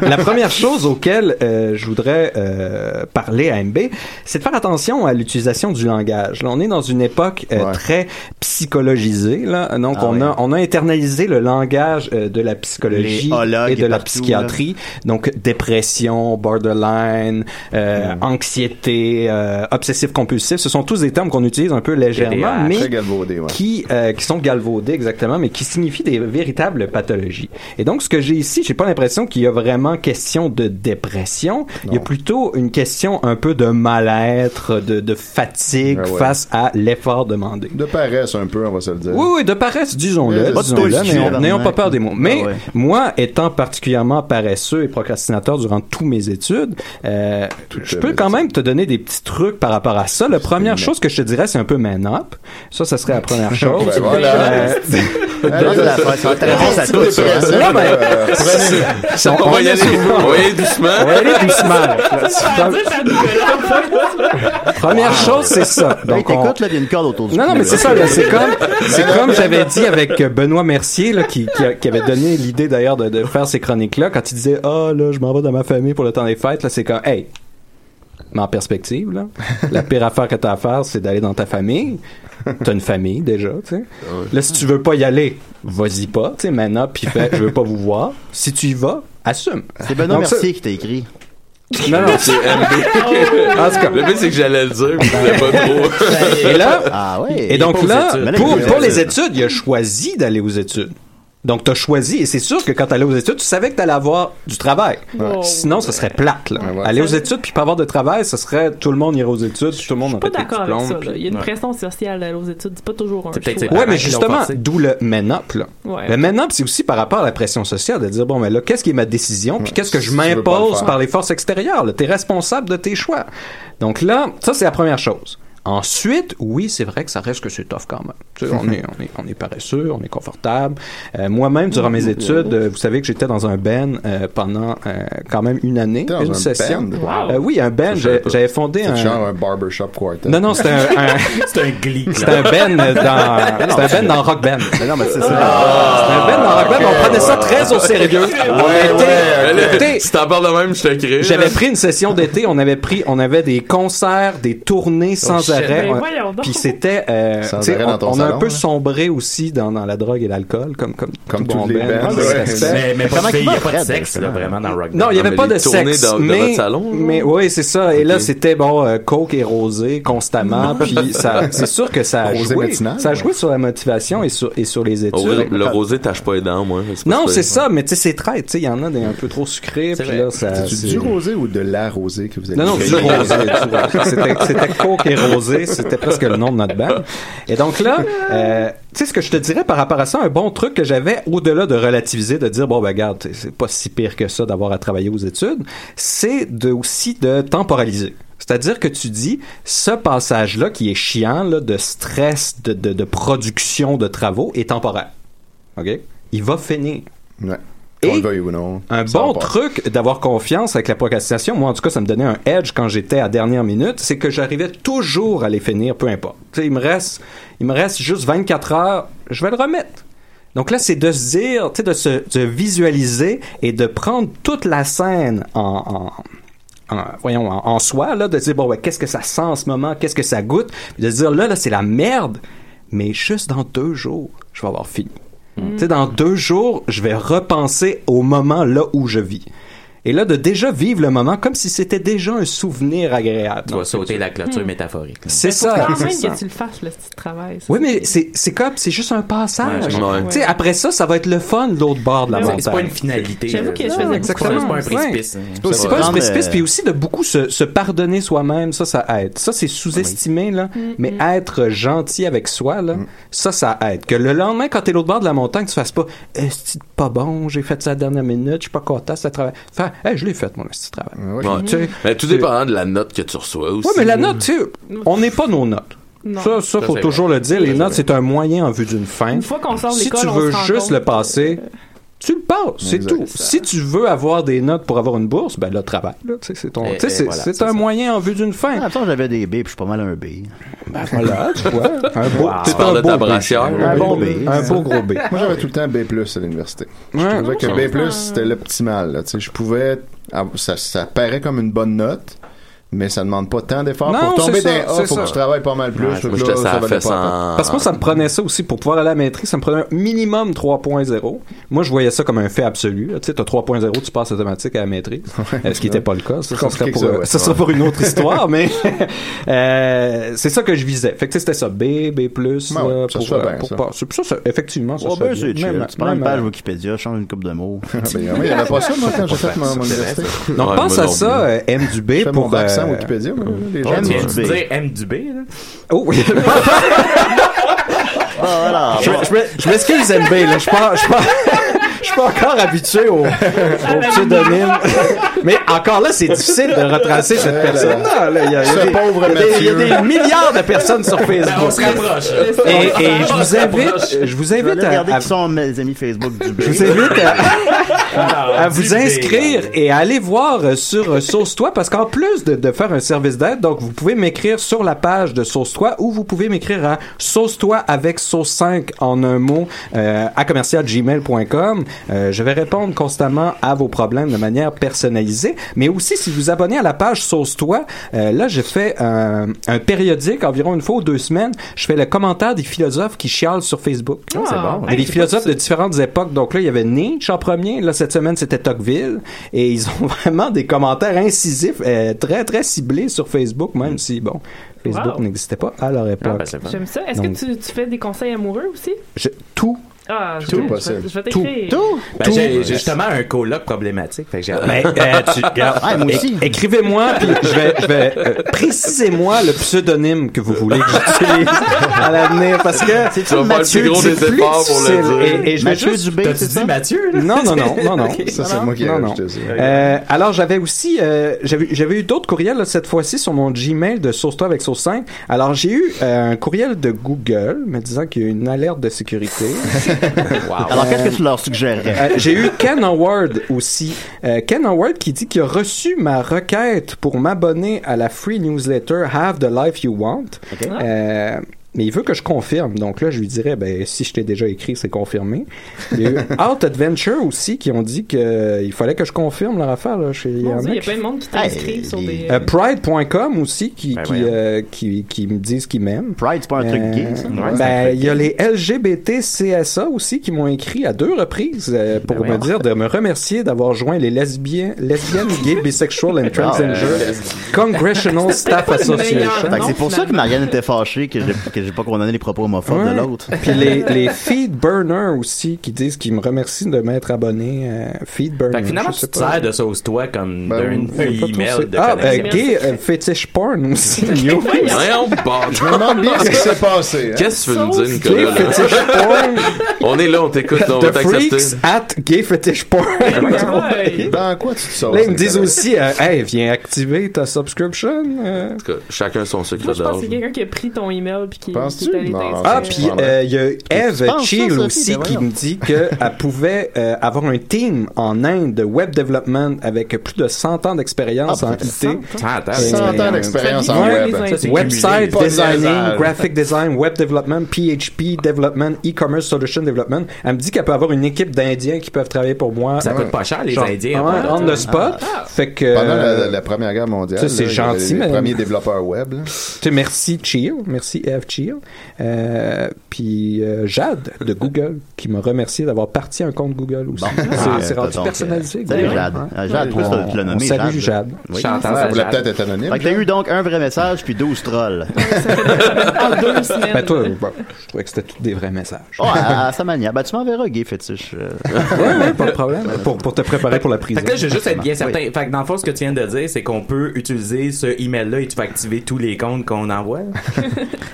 la- la première chose auquel euh, je voudrais euh, parler à MB, c'est de faire attention à l'utilisation du langage. Là, on est dans une époque euh, Ouais. très psychologisée. Là. Donc, Ah on, ouais. a, on a internalisé le langage euh, de la psychologie Les hologues et de la partout, psychiatrie. Donc, dépression, borderline, Mm. euh, anxiété, euh, obsessif-compulsif, ce sont tous des termes qu'on utilise un peu légèrement, TDAH. mais Très galvaudé, ouais. qui, euh, qui sont galvaudés exactement, mais qui signifient des véritables pathologies. Et donc, ce que j'ai ici, j'ai pas l'impression qu'il y a vraiment question de dépression. Il y a plutôt une question un peu de mal-être, de, de fatigue Ah ouais. face à l'effort demandé. De paresse un peu, on va se le dire. Oui, oui, de paresse, Mais disons-le. pas de disons-le, toi, n'ayons- Julien, N'ayons pas l'arnaque. peur des mots. Mais Ah ouais. moi, étant particulièrement paresseux et procrastinateur durant tous mes études, euh, je à peux fait. quand même te donner des petits trucs par rapport à ça. La première une- chose que je te dirais, c'est un peu man up. Ça, ça serait la première chose. Ben voilà. Euh, Ah, ça, ça, ça, ça, ça réponse à tout, ça. hein. Dépression, ben, [LAUGHS] euh, prenez- ça, [LAUGHS] On va y aller, on va y aller doucement. On va y aller doucement. là. Ça va [LAUGHS] dire ça nous fait là. Première chose, c'est ça. Hey, Donc, on- Ben, t'écoutes, là, il y a une corde autour du Non, non, cou, mais là. c'est ça, là, c'est comme, c'est comme j'avais dit avec euh, Benoît Mercier, là, qui, qui, a- qui avait donné l'idée d'ailleurs de, de faire ces chroniques-là, quand il disait, ah, là, je m'en vais dans ma famille pour le temps des fêtes, là, c'est comme, hey, mais en perspective, là, la pire affaire que t'as à faire, c'est d'aller dans ta famille. T'as une famille, déjà, tu sais. Là, si tu veux pas y aller, vas-y pas, tu sais, maintenant, puis fais, je veux pas vous voir. Si tu y vas, assume. C'est Benoît Donc, ça- Mercier qui t'a écrit. Non, non, C'est MB. en tout cas. Le pire, c'est que j'allais le dire, mais je voulais pas trop. Et là, Ah ouais. Et donc pas aux là, études. Mais là, pour, il est pour aux les études. études, il a choisi d'aller aux études. Donc, t'as choisi, et c'est sûr que quand t'allais aux études, tu savais que t'allais avoir du travail. Wow. Sinon, ce serait plate. Là. Ouais, ouais. Aller aux études puis pas avoir de travail, ce serait tout le monde irait aux études, tout le monde Pas aurait des d'accord avec ça. diplômes. là. Il y a une pression sociale euh, aux études. C'est pas toujours un C'est peut-être choix. ses Ouais, Parents mais qui l'ont justement, forcé. d'où le man-up. là. Ouais. Le man-up, c'est aussi par rapport à la pression sociale, de dire, bon, mais là, qu'est-ce qui est ma décision, puis qu'est-ce que si je tu veux pas le m'impose faire. par les forces extérieures, là. T'es responsable de tes choix. Donc là, ça, c'est la première chose. Ensuite, oui, c'est vrai que ça reste que c'est tough quand même. Tu sais, on, est, on, est, on est paresseux, on est confortable. Euh, Moi-même, durant mes études, euh, vous savez que j'étais dans un ben euh, pendant euh, quand même une année, T'es dans une un session. band? Wow. Euh, oui, un savais ben. j'ai- pas. J'avais fondé C'est genre un. un barbershop quartet. Non, non, c'était un, un- C'est un glee. [LAUGHS] c'était un ben dans. C'était un ben dans rock band. Mais non, mais c'est C'était un band dans rock band, on prenait ça très au sérieux. On était- Allez, Ben, écoutez, Si t'en parles de même, je te crée. J'avais pris une session d'été, on avait pris, on avait des concerts, des tournées sans shit. arrêt. Ben On- voyons donc. Puis c'était, euh, Sans tu sais, arrêt on, dans ton on a un salon, peu là. sombré aussi dans, dans la drogue et l'alcool, comme comme Comme tout tous bon les band, bands, dans le ouais. respect. Mais, mais pas de Comment filles, il qu'il n'y a va, pas de Fred, sexe, là, vraiment, dans Rock Non, il n'y Ah, avait mais pas les de tournées sexe. dans- dans mais, votre salon, là? mais oui, c'est ça. Et là, Ok. c'était bon, euh, coke et rosé constamment. [LAUGHS] Puis ça, c'est sûr que ça a Rosé joué. matinal, ça a ouais. Ah joué sur la motivation et sur et sur les études. Oh oui, le rosé tâche pas les dents, moi. C'est pas Non, super. c'est ça, mais tu sais, c'est traite. Tu sais, il y en a des un peu trop sucrés. C'est Puis vrai. là, ça. C'est c'est- Euh, du rosé ou de la rosée que vous avez Non, non, du cueilli? rosé. du rosé. C'était- C'était coke et rosé, c'était presque le nom de notre band. Et donc là, euh, tu sais, ce que je te dirais par rapport à ça, un bon truc que j'avais, au-delà de relativiser, de dire, bon, ben regarde, t'sais, c'est pas si pire que ça d'avoir à travailler aux études, c'est de, aussi de temporaliser. C'est-à-dire que tu dis, ce passage-là qui est chiant, là, de stress, de, de- de production de travaux, est temporaire. OK? Il va finir Ouais. Qu'on Et le veuille ou non. un ça bon va pas. truc d'avoir confiance avec la procrastination, moi en tout cas, ça me donnait un edge quand j'étais à dernière minute, c'est que j'arrivais toujours à les finir, peu importe. Tu sais, il me reste, il me reste juste 24 heures, je vais le remettre. Donc là, c'est de se dire, tu sais, de se de visualiser et de prendre toute la scène en, en- en- voyons, en, en soi, là, de dire, bon, ben, qu'est-ce que ça sent en ce moment, qu'est-ce que ça goûte, puis de se dire, là, là, c'est la merde, mais juste dans deux jours, je vais avoir fini. Hmm. Tu sais, dans deux jours, je vais repenser au moment là où je vis. Et là, de déjà vivre le moment comme si c'était déjà un souvenir agréable. Tu vas sauter la clôture Hmm. métaphorique. là. C'est Faut ça. quand c'est même ça. que tu le fasses, le petit travail. ça. Oui, mais c'est c'est comme, c'est juste un passage. Ouais, ouais. Tu sais, après ça, ça va être le fun de l'autre bord de la Ouais, montagne. C'est pas une finalité. J'avoue là. que je C'est faisais pas- beaucoup C'est pas un ça. précipice. hein. C'est Ça pas va. un précipice, Non, mais- puis aussi de beaucoup se, se pardonner soi-même, ça, ça aide. Ça, c'est sous-estimé, là, mais être gentil avec soi, là, Mm. ça, ça aide. Que le lendemain, quand t'es l'autre bord de la montagne, tu fasses pas « Est-ce pas bon, j'ai fait ça à la dernière minute, je suis pas content, ça travail. » Fais « Hey, je l'ai fait, mon petit travail. Ouais. Ouais. Tu sais, Mais tout dépend de la note que tu reçois aussi. Ouais, mais la note, tu sais, on n'est pas nos notes. Non. Ça, ça, faut c'est toujours le dire. Les c'est notes, vrai. c'est un moyen en vue d'une fin. Une fois qu'on sort de Si l'école, tu on veux se rend juste compte le que- passer, tu le passes, c'est Exact. tout. Si tu veux avoir des notes pour avoir une bourse, ben là, travaille. là, tu sais, C'est ton- Et- tu sais, et c'est- voilà, c'est c'est un ça. moyen en vue d'une En fin. même temps, Ah, j'avais des B, puis je suis pas mal un B. Ben voilà, tu vois. Un beau, t'es Tu parles un de beau ta B. brassière. Un bon B. Un beau gros B. Moi, j'avais tout le temps B+, à l'université. Ouais. Je trouvais que Ouais. B+, c'était l'optimal. là. Tu sais, Je pouvais... ah, Ça, ça paraît comme une bonne note, mais ça demande pas tant d'efforts. Non, Pour tomber c'est ça, d'un A, c'est faut ça. que tu travailles pas mal plus. Moi, Fait que j'étais là, ça à valait fesse pas la peine. en- Parce que moi, ça me prenait ça aussi pour pouvoir aller à la maîtrise, ça me prenait un minimum 3.0. Moi, je voyais ça comme un fait absolu. là. Tu sais, t'as 3.0, tu passes automatique à la maîtrise. Euh, ce qui n'était pas le cas. Ça, Plus ça serait compliqué pour, que ça, euh, ouais. ça sera pour une [LAUGHS] autre histoire, mais [LAUGHS] euh, c'est ça que je visais. Fait que tu sais, c'était ça, B, B+, Ouais, là, ouais, ça pour, se fait euh, bien, pour ça. pas- ça, ça, effectivement, ça Oh, se ben, fait c'est bien. chill. Même- Tu prends une même, page euh, Wikipédia, change une coupe de [LAUGHS] mots. Ben, moi, Il n'y avait pas ça, moi, quand j'ai fait mon mon université. Donc, Ouais, pense moi à non ça, plus. euh, M du Je B fais pour... mon accent euh, Wikipédia. moi, les gens- Ouais, tu viens de du B. dire M du B, là? Oh [LAUGHS] oui. [LAUGHS] Ah, voilà. Je, je m'e- je m'excuse MB, là, je suis pas, je suis pas, [LAUGHS] je suis pas encore habitué au, au Ah, pseudonyme. [LAUGHS] Mais encore là, c'est difficile de retracer cette personne-là. là. Il y a, il y a Ce des- pauvre il y a des- Il y a Mathieu. des milliards de personnes sur Ben, on se Facebook. rapproche. Et, et je vous invite, je vous Je vais invite aller à, regarder à- qui sont mes amis Facebook du B. euh, je vous invite à, à vous du B. inscrire et à aller voir euh, sur euh, Source-toi parce qu'en plus de, de faire un service d'aide, donc vous pouvez m'écrire sur la page de Source-toi ou vous pouvez m'écrire à Source-toi avec Source 5 en un mot euh, à commercialgmail.com. Euh, je vais répondre constamment à vos problèmes de manière personnalisée, mais aussi si vous abonnez à la page Source-toi, euh, là je fais un, un périodique environ une fois ou deux semaines, je fais le commentaire des philosophes qui chialent sur Facebook. Ah, c'est bon. Il y a des philosophes de différentes époques. Donc là, il y avait Nietzsche en premier. Là, cette semaine, c'était Tocqueville. Et ils ont [LAUGHS] vraiment des commentaires incisifs, euh, très, très ciblés sur Facebook, même si, bon, Facebook Wow. n'existait pas à leur époque. Ah, ben, c'est bon. J'aime ça. Est-ce que Donc- tu, tu fais des conseils amoureux aussi? Je- tout. Ah, je Tout vais- je vais- possible. Je vais t'écrire. Tout! Ben, Tout. j'ai j'ai justement un coloc problématique. Fait que j'ai Ben, euh, [LAUGHS] tu- regarde, Ah, moi é- aussi. Écrivez-moi, puis je vais, je vais euh, précisez-moi le pseudonyme que vous voulez que j'utilise [LAUGHS] à l'avenir, parce que Tu vas faire le plus gros des efforts pour le dire. Et, et je vais Mathieu juste du B, T'as-tu c'est dit ça? Mathieu? là? Non, non, non, [LAUGHS] non, non. Ça, c'est moi qui ai Non, non. rajouté ça. Euh, alors, j'avais aussi, euh, j'avais j'avais eu d'autres courriels là, cette fois-ci sur mon Gmail de Source avec Source 5. Alors, j'ai eu euh, un courriel de Google me disant qu'il y a une alerte de sécurité. Ah, Alors, qu'est-ce que tu leur suggérerais? Euh, j'ai eu Ken Howard aussi. Euh, Ken Howard qui dit qu'il a reçu ma requête pour m'abonner à la free newsletter Have the Life You Want. Euh, mais il veut que je confirme. Donc là, je lui dirais, ben, si je t'ai déjà écrit, c'est confirmé. Il y a eu Out Adventure aussi qui ont dit qu'il fallait que je confirme leur affaire. Là, chez il y Mon en Dieu, a il y a qui plein de monde qui Hey, t'inscrivent sur les- des. euh, Pride.com aussi qui, Eh Ben qui, voyons. euh, qui, qui me disent qu'ils m'aiment. Pride, c'est pas un truc Euh, gay, ça? ben, il y a les LGBT CSA aussi qui m'ont écrit à deux reprises euh, Ben pour me dire de me remercier d'avoir joint les lesbiens, lesbiennes, gays, Ah, bisexual and transgender Congressional Staff pas le meilleur Association. Fait que c'est pour ça que Marianne était fâchée que j'ai- que j'ai pas condamné les propos homophobes Ouais. de l'autre. Puis les, les feed burners aussi qui disent qu'ils me remercient de m'être abonné à feed burner. Fait que finalement, Euh, je tu sais te pas. sers de sauce toi comme Ben, d'une Je sais pas trop email c'est- de ah, connexion. euh, gay euh, fétiche [LAUGHS] porn aussi, yo. Voyons, [LAUGHS] bâtard. Demande bien ce qui s'est passé. hein. Qu'est-ce que tu veux nous dire, Gay Nicolas? là? fétiche porn. On est là, on [LAUGHS] t'écoute, là, on va The t'accepter. Freaks at Gay Fetish Porn. Ouais. Dans quoi tu te sors? Là, ils me disent Nicolas? aussi, euh, hey, viens activer ta subscription. euh. En tout cas, Chacun son secret Moi, je pense que d'or. c'est quelqu'un qui a pris ton email puis qui, qui Penses-tu? est allé Non, t'inscrire. Ah, Ouais. puis euh, il y a Eve penses ça, Chill Sophie? aussi Ben qui voyons. me dit qu'elle pouvait euh, avoir un team en Inde de web development avec plus de 100 ans d'expérience en IT. Ah, attends, C'est- 100 ans d'expérience en Ouais, web. les ça, c'est Website Pas de designing, niaisage. graphic design, web development, PHP development, e-commerce solution development. Elle me dit qu'elle peut avoir une équipe d'Indiens qui peuvent travailler pour moi. Ça coûte pas Ah. cher, les Genre, Indiens. hein, ouais, voilà. on the spot. Fait que. Pendant la, euh, la Première Guerre mondiale, Ça, c'est là, il y avait gentil, les mais- premiers développeurs web. là. Tu sais, merci Chill, merci Eve Chill. Euh, puis euh, Jade de Google qui m'a remercié d'avoir parti un compte Google aussi. C'est- Ah, c'est euh, rendu donc, personnalisé. euh, Salut Google, Jade. hein. Euh, Jade, pourquoi tu l'as On nommé salue Jade. Oui. J'entends Ça ça. voulait peut-être Jade. être anonyme. Fait que t'as eu donc un vrai message puis 12 trolls. En deux semaines. Ben toi, bon, je trouvais que c'était tous des vrais messages. Oh, à, à sa manière. Ben, tu m'enverras, gay fétiche. euh. Ouais, ouais, pas de problème. Pour, pour te préparer pour la prison. Fait que là, je veux juste être bien certain. Fait que dans le fond, ce que tu viens de dire, c'est qu'on peut utiliser ce email-là et tu peux activer tous les comptes qu'on envoie.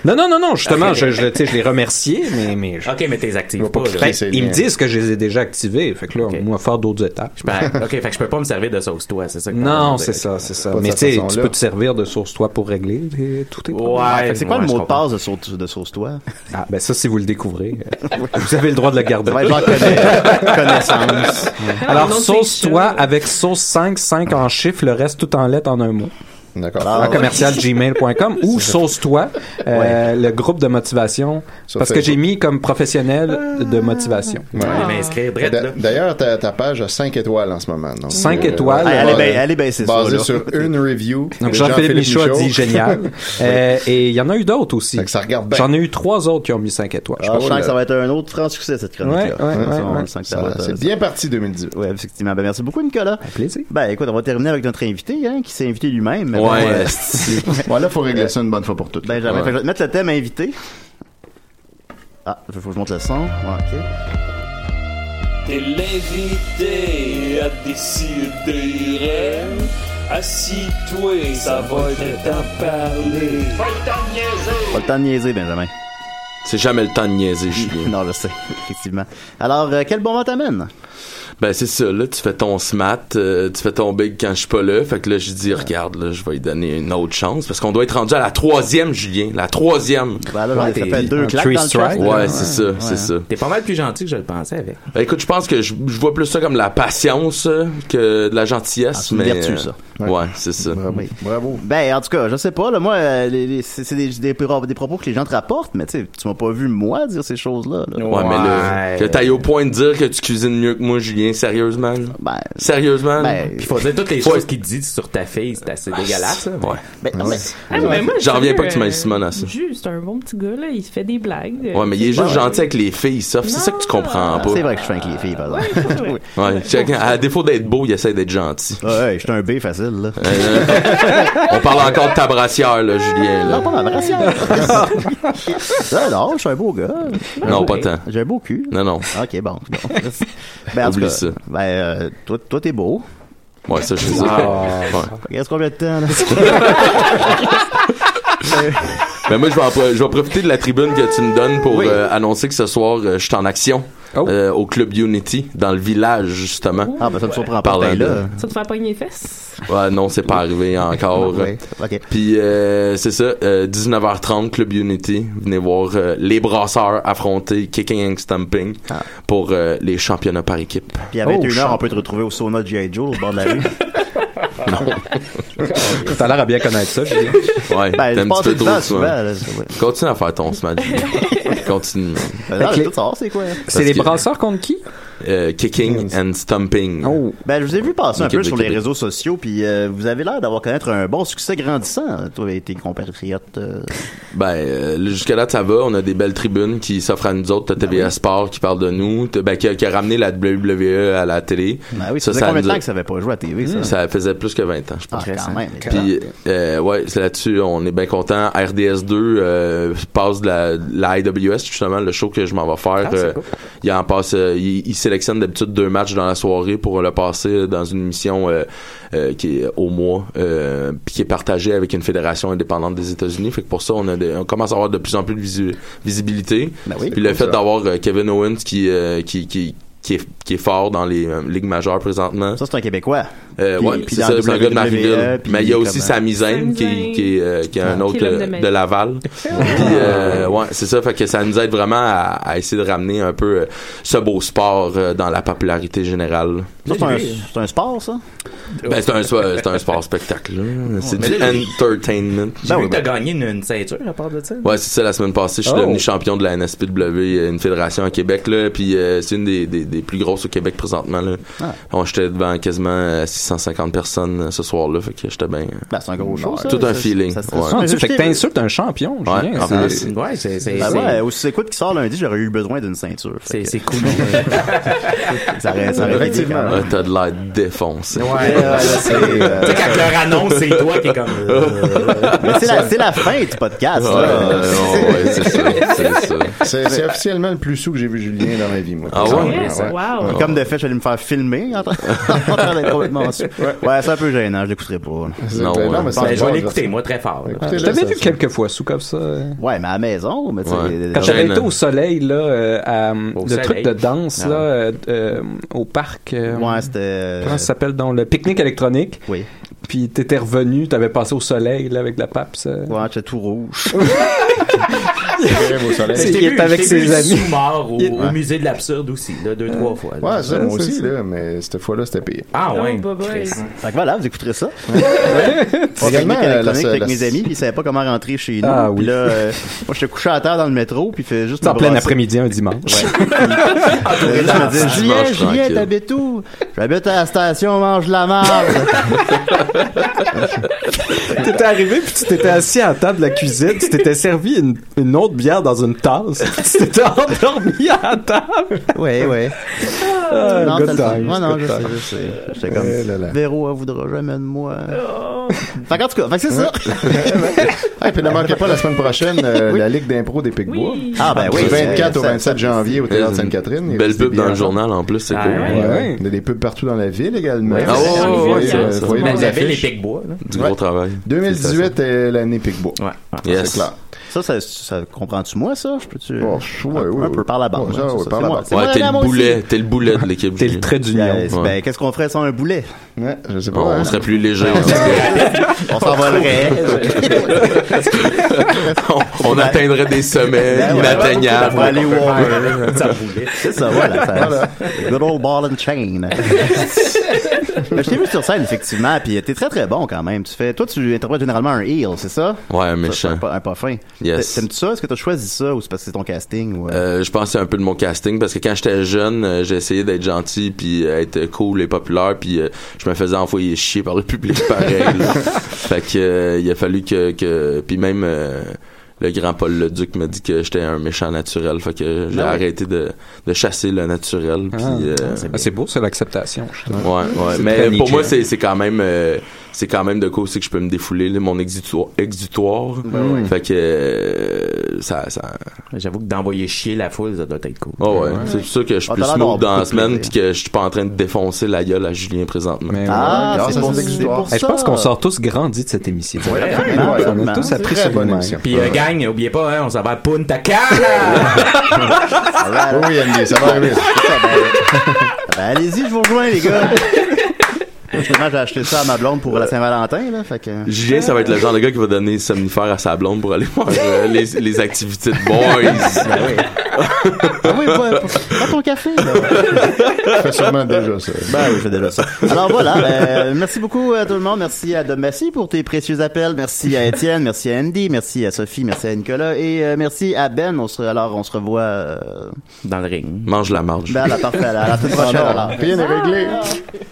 Non, non, non, non, justement, je, je, tu sais, je les remerciais, mais, mais je- Ok, mais t'es On actives va pas pas. là. cliquer. Ben, c'est ils bien. me disent que je les ai déjà activés. Fait que là, on va faire d'autres étapes. Ben, ok, fait que je peux pas me servir de sauce toi, c'est ça que Non, t'as c'est dit. ça, c'est ça. Pas de Mais tu cette sais, tu façon-là. peux te servir de source toi pour régler tes- tous tes problèmes. Ouais, Fait que c'est quoi ouais, le je mot de comprends. passe de sauce, de sauce toi? Ah, ben ça, si vous le découvrez, euh, vous avez le droit de le garder. Ça va être genre connaît- [LAUGHS] connaissance. Alors, Non, c'est sauce toi chaud. avec sauce 5, 5 en chiffres, le reste tout en lettres en un mot. D'accord. Ah, À ouais. commercial gmail.com ou sauce toi, euh, le groupe de motivation. Sur parce que Facebook. j'ai mis comme professionnel de motivation. Ouais. Je vais m'inscrire, bref, D'a- là. D'ailleurs, ta, ta page a 5 étoiles en ce moment. Donc, Cinq euh, étoiles. ouais, Allez, basée- ben- allez baisser ça, basée là. sur une review. Donc, de Jean-Philippe Michaud a dit Michaud. génial. Euh, et il y en a eu d'autres aussi. Fait que ça regarde bien. J'en ai eu trois autres qui ont mis 5 étoiles. Je Ah, pense ouais, que ça va être un autre franc succès, cette chronique-là. Ouais, ouais, Ça, ouais, on ouais. le sent que ça va [LAUGHS] Ça- être- C'est bien parti 2010. Oui, effectivement. Ben, merci beaucoup, Nicolas. Avec plaisir. Ben, écoute, on va terminer avec notre invité, hein, qui s'est invité lui-même. Bon, Ouais, euh, esti. Voilà, faut régler ça une bonne fois pour toutes. Benjamin, Ouais. Fait que je vais te mettre le thème invité. Ah, faut que je monte le son. Ouais, ok. T'es l'invité à décider. Assis-toi, ça va être t'en parler. Va t'en Pas niaiser. le temps de niaiser, Benjamin. [LAUGHS] C'est jamais le temps de niaiser, Julien. Non, je sais, effectivement. Alors, euh, quel bon vent t'amène? Ben, c'est ça, là, tu fais ton smat, euh, tu fais ton big quand je suis pas là. Fait que là, je dis, regarde, là, je vais lui donner une autre chance. Parce qu'on doit être rendu à la troisième, Julien. La troisième. Ben là, j'en ai Ouais, fait t'es- deux un claques three dans le strike. chest, Ouais, là. c'est ça, c'est ouais. ça. T'es pas mal plus gentil que je le pensais avec. Ben, écoute, je pense que je, je vois plus ça comme de la patience euh, que de la gentillesse. Ah, c'est une mais, vertu, euh, ça. Ouais, Ouais. c'est ça. Bravo. Oui. Bravo. Ben, en tout cas, je sais pas, là, moi, euh, les- les- c'est c'est des, des, des propos que les gens te rapportent, mais tu sais, tu m'as pas vu, moi, dire ces choses-là. là. Ouais, mais là, Ouais. que t'ailles au point de dire que tu cuisines mieux que moi, Julien, sérieusement. là. Ben, Sérieusement. là. ben, Puis faut dire toutes les Euh, Faut- choses qu'il dit sur ta fille, c'est Ah, assez dégueulasse. là. Ouais. ben, non, mais- Ah, mais moi, J'en reviens sérieux, pas que tu m'aies euh, dit Simone à ça. Ju, c'est un bon petit gars, là. Il se fait des blagues. Ouais, mais il est juste gentil avec les filles, sauf c'est ça que tu comprends Ah, pas. c'est vrai que je suis avec les filles, par exemple. Ouais, Ouais, chacun- à défaut d'être beau, il essaie d'être gentil. Ouais, ouais, j'étais un B facile, là. Euh, on parle encore de ta brassière, là, Julien. Non, Là. pas ma brassière. [LAUGHS] non, non, je suis un beau gars. Non, pas tant. J'ai un beau cul. Non, non. Ok, bon. bon. ben, en tout Oublie cas, ça. ben, euh, toi, toi, t'es beau. Ouais, ça, je sais. Ah. Ouais. Regarde combien de temps, là. Ben moi, je vais, en pro- je vais profiter de la tribune que tu me donnes pour euh, annoncer que ce soir, euh, je suis en action Oh. euh, au Club Unity, dans le village, justement. Ah, ben, ça me surprend pas. Parlant Ben, de- là. Ça te fait pogner les fesses. Ouais, non, c'est pas arrivé encore. Oh. Ah, Ouais. Ok. Puis euh, c'est ça, euh, 19h30, Club Unity. Venez voir euh, les brasseurs affronter Kicking and Stomping Ah. pour euh, les championnats par équipe. Puis à Oh, 21h, on champ. peut te retrouver au sauna de G.I. Joe, au bord de la rue. Ah. [LAUGHS] T'as l'air à bien connaître ça, Julien. Ouais, Ben, t'es je un passe petit peu tout trop le souvent. temps, souvent. là, c'est- ouais. Continue [LAUGHS] à faire ton smash. Continue. Ben, non, Fait que j'ai les- tout savoir, c'est quoi? C'est les que- brasseurs contre qui? euh, Kicking and Stomping. Oh. Ben, je vous ai vu passer un L'équipe peu de sur les Québec. réseaux sociaux, puis euh, vous avez l'air d'avoir connaître un bon succès grandissant, toi et tes compatriotes. [LAUGHS] euh. Ben, euh, là, jusqu'à là, ça va. On a des belles tribunes qui s'offrent à nous autres. T'as Ah TVA Sport qui parle de nous. T'as- Ben, qui, a- qui a ramené la WWE à la télé. Ben oui, ça faisait combien de nous a- temps que ça n'avait pas joué à TV, ça? ça faisait plus que 20 ans, je pense. Ah, quand même. Puis euh, ouais, c'est là-dessus, on est bien content. RDS2 euh, passe de la, la IWS justement, le show que je m'en vais faire. c'est euh, cool. Il en passe, euh, il, il sélectionne d'habitude deux matchs dans la soirée pour le passer dans une émission euh, euh, qui est au mois, euh, puis qui est partagée avec une fédération indépendante des États-Unis. Fait que pour ça, on a des- on commence à avoir de plus en plus de visu- visibilité. Ben oui. Puis le cool, fait ça. d'avoir euh, Kevin Owens qui euh, qui, qui qui est, qui est fort dans les euh, ligues majeures présentement. Ça, c'est un Québécois. Euh, Puis- ouais, puis c'est dans ça, c'est un gars de WWE, Marieville. puis Mais il y a comme, aussi euh, Sami Zayn qui, Zayn. qui, est, euh, qui est un Qui autre est l'homme de euh, Maine. de [LAUGHS] Laval. Puis, euh, ouais, c'est ça. Fait que ça nous aide vraiment à, à essayer de ramener un peu euh, ce beau sport euh, dans la popularité générale. Ça, c'est un, c'est un sport, ça? Ben, c'est un, so- c'est un sport spectacle. là. C'est Mais du là, entertainment. J'ai oui, vu que t'as ben- gagné une, une ceinture à part de ça. Ouais, c'est ça, la semaine passée, je suis Oh. devenu champion de la NSPW, euh, une fédération à Québec, là, puis euh, c'est une des, des, des plus grosses au Québec présentement, là. Ah. On, j'étais devant quasiment euh, 650 personnes euh, ce soir-là, fait que j'étais bien... Ben, c'est un gros show, ça. Tout un Ça- feeling. ça se Ouais. transforme. Ah, Mais tu fait que j'étais- t'insultes un champion, Ouais, Julien, en c'est- plus. Ouais, c'est c'est Ben Ah, c'est- ouais, aussi écoute qui sort lundi, j'aurais eu besoin d'une ceinture. Fait c'est que c'est cool. Ça aurait ça aurait aidé Effectivement. quand même. Ah, t'as de l'air défoncé. Ouais. Euh, c'est, euh, [LAUGHS] Tu sais, quand leur annonce, c'est toi qui est comme. euh, mais c'est la, c'est la fin du podcast. Ouais, là. ouais, ouais, c'est ça, c'est ça. C'est c'est officiellement le plus sous que j'ai vu Julien dans ma vie, moi. Ah ouais? Yes, wow. Ouais. Comme de fait, je vais me faire filmer en train [LAUGHS] en train d'être complètement sous. Ouais, c'est un peu gênant, je l'écouterai pas. là. C'est- Non, ben ouais. mais c'est Ben, une je vais bonne l'écouter, Ah, version. moi, très fort. là. Écoutez-le, Je t'avais ça, vu ça. quelques fois sous comme ça. euh, Ouais, mais à la maison, mais tu sais, Ouais. euh, Quand j'avais Gênant. été au soleil, là, euh, à, Au le truc soleil. de danse, Ah. là, euh, euh, au parc. euh, ouais, c'était euh, Comment ça s'appelle donc le pique-nique électronique oui. puis t'étais revenu t'avais passé au soleil là avec la pape ça. Ouais, j'étais tout rouge. Crème au soleil. Je C'est- t'ai il vu- est avec je t'ai ses vu amis. sous-mort au, Il- au musée de l'absurde aussi, là, deux, trois fois. là. Ouais, ça, moi c'est aussi, ça. là, mais cette fois-là, c'était pire. Ah ouais. Oh, bye bye. Chris. Fait que voilà, vous écouterez ça. Également, Également, euh, la- électronique avec la- mes amis, puis ils savaient pas comment rentrer chez nous. Ah Puis oui. là, euh, moi, j'étais couché à terre dans le métro, puis il fait juste C'est en me plein brasser. après-midi un dimanche Puis là, je me disais, Julien, Dimanche Julien, tranquille. t'habites où? J'habite à la station, mange de la [LAUGHS] merde. [LAUGHS] t'étais arrivé puis tu t'étais assis à la table de la cuisine tu t'étais servi une, une autre bière dans une tasse tu t'étais [LAUGHS] endormi à la table ouais, ouais. Ah, non, good c'est le fun. times, Moi, non, good je sais, times. je sais. J'étais comme, Eh là là. Véro, elle voudra jamais de moi. [LAUGHS] Fait qu'en tout cas, fait que c'est ça. Ah, puis ne manquez pas la semaine prochaine euh, la Ligue d'impro des Picbois. Oui. Ah, ben oui. du 24 au ça- 27 janvier au Théâtre Sainte-Catherine. Belle pub dans le journal. journal, en plus, c'est Ah, cool. ouais. Ouais. Ouais. Il y a des pubs partout dans la ville également. Ouais, Ah, ouais, Euh, ouais, voyez, ouais, euh, ça. voyez Ben, nos vous avez les affiches. pics-bois, là. Du gros travail. 2018 est l'année Picbois. Ouais. Yes. C'est clair. Ça, ça, ça comprends-tu moi, ça? Je peux-tu... Oh, je- ouais, un, ouais, un peu ouais. par la barre. Ouais, ça, ouais, c'est par c'est la moi, barre. c'est Ouais, moi, t'es là, le moi aussi. boulet, t'es le boulet de l'équipe. t'es le trait d'union Ben, c'est- ben, qu'est-ce qu'on ferait sans un boulet? Ouais, je sais pas. Oh, hein. [LAUGHS] on serait plus léger. on serait- On [LAUGHS] s'envolerait. on, on atteindrait des sommets Ben, ouais. inatteignables. On va aller voir. [LAUGHS] Ça voulait. C'est ça, voilà. ça- Good old ball and [LAUGHS] chain. Mais je t'ai vu sur scène, effectivement, puis t'es très très bon quand même. Tu fais, toi, tu interprètes généralement un heel, c'est ça? Ouais, Ça, méchant. Un, pas, un pas fin. Yes. T'aimes-tu ça? Est-ce que t'as choisi ça ou c'est parce que c'est ton casting? Ou, euh, Euh, je pense que c'est un peu de mon casting parce que quand j'étais jeune, euh, j'ai essayé d'être gentil puis euh, être cool et populaire puis euh, je me faisais envoyer chier par le public [LAUGHS] pareil. là. fait que euh, il a fallu que, que puis même euh, le grand Paul le Duc m'a dit que j'étais un méchant naturel. Fait que j'ai Ah ouais. arrêté de, de chasser le naturel. Puis, Ah. euh, Ah, c'est beau c'est l'acceptation je trouve. Ouais, ouais. C'est Mais très pour niché, moi, hein. c'est c'est quand même euh, c'est quand même de quoi aussi que je peux me défouler là, mon exutoire. exutoire. Ben Fait que euh, ça ça J'avoue que d'envoyer chier la foule, ça doit être cool. Oh ouais, c'est sûr que je suis Ah, plus t'as l'air d'avoir smooth dans la beaucoup de semaine pis plaisir. que je suis pas en train de défoncer la gueule à Julien présentement. Mais euh, ouais. ah, grâce c'est à pour, son c'est exutoire. pour Eh, ça. je pense qu'on sort tous grandis de cette émission hein? Ouais, on a vraiment. tous appris Très sur bonne nous-mêmes. émission. Puis euh, gang, n'oubliez pas, hein, on s'en va à Punta [LAUGHS] Cana! Oui, Andy, ça va arriver. [LAUGHS] Ben, allez-y, je vous rejoins, les gars. Justement, j'ai acheté ça à ma blonde pour la Saint-Valentin, là. Fait que. Julien, ça va être le genre de gars qui va donner somnifère à sa blonde pour aller [LAUGHS] voir euh, les, les activités de boys. Ah oui, pas, pas- pas ton café, là. Je fais sûrement déjà ça. Ben oui, je fais déjà ça. Alors voilà, euh, merci beaucoup à tout le monde. Merci à Dom Massy pour tes précieux appels. Merci à Étienne, merci à Andy, merci à Sophie, merci à Nicolas et euh, merci à Ben. On se, alors, on se revoit euh, Dans le ring. Mange la marge. ben, à la parfaite, à la, à la toute prochaine. alors. Rien n'est réglé. Ah!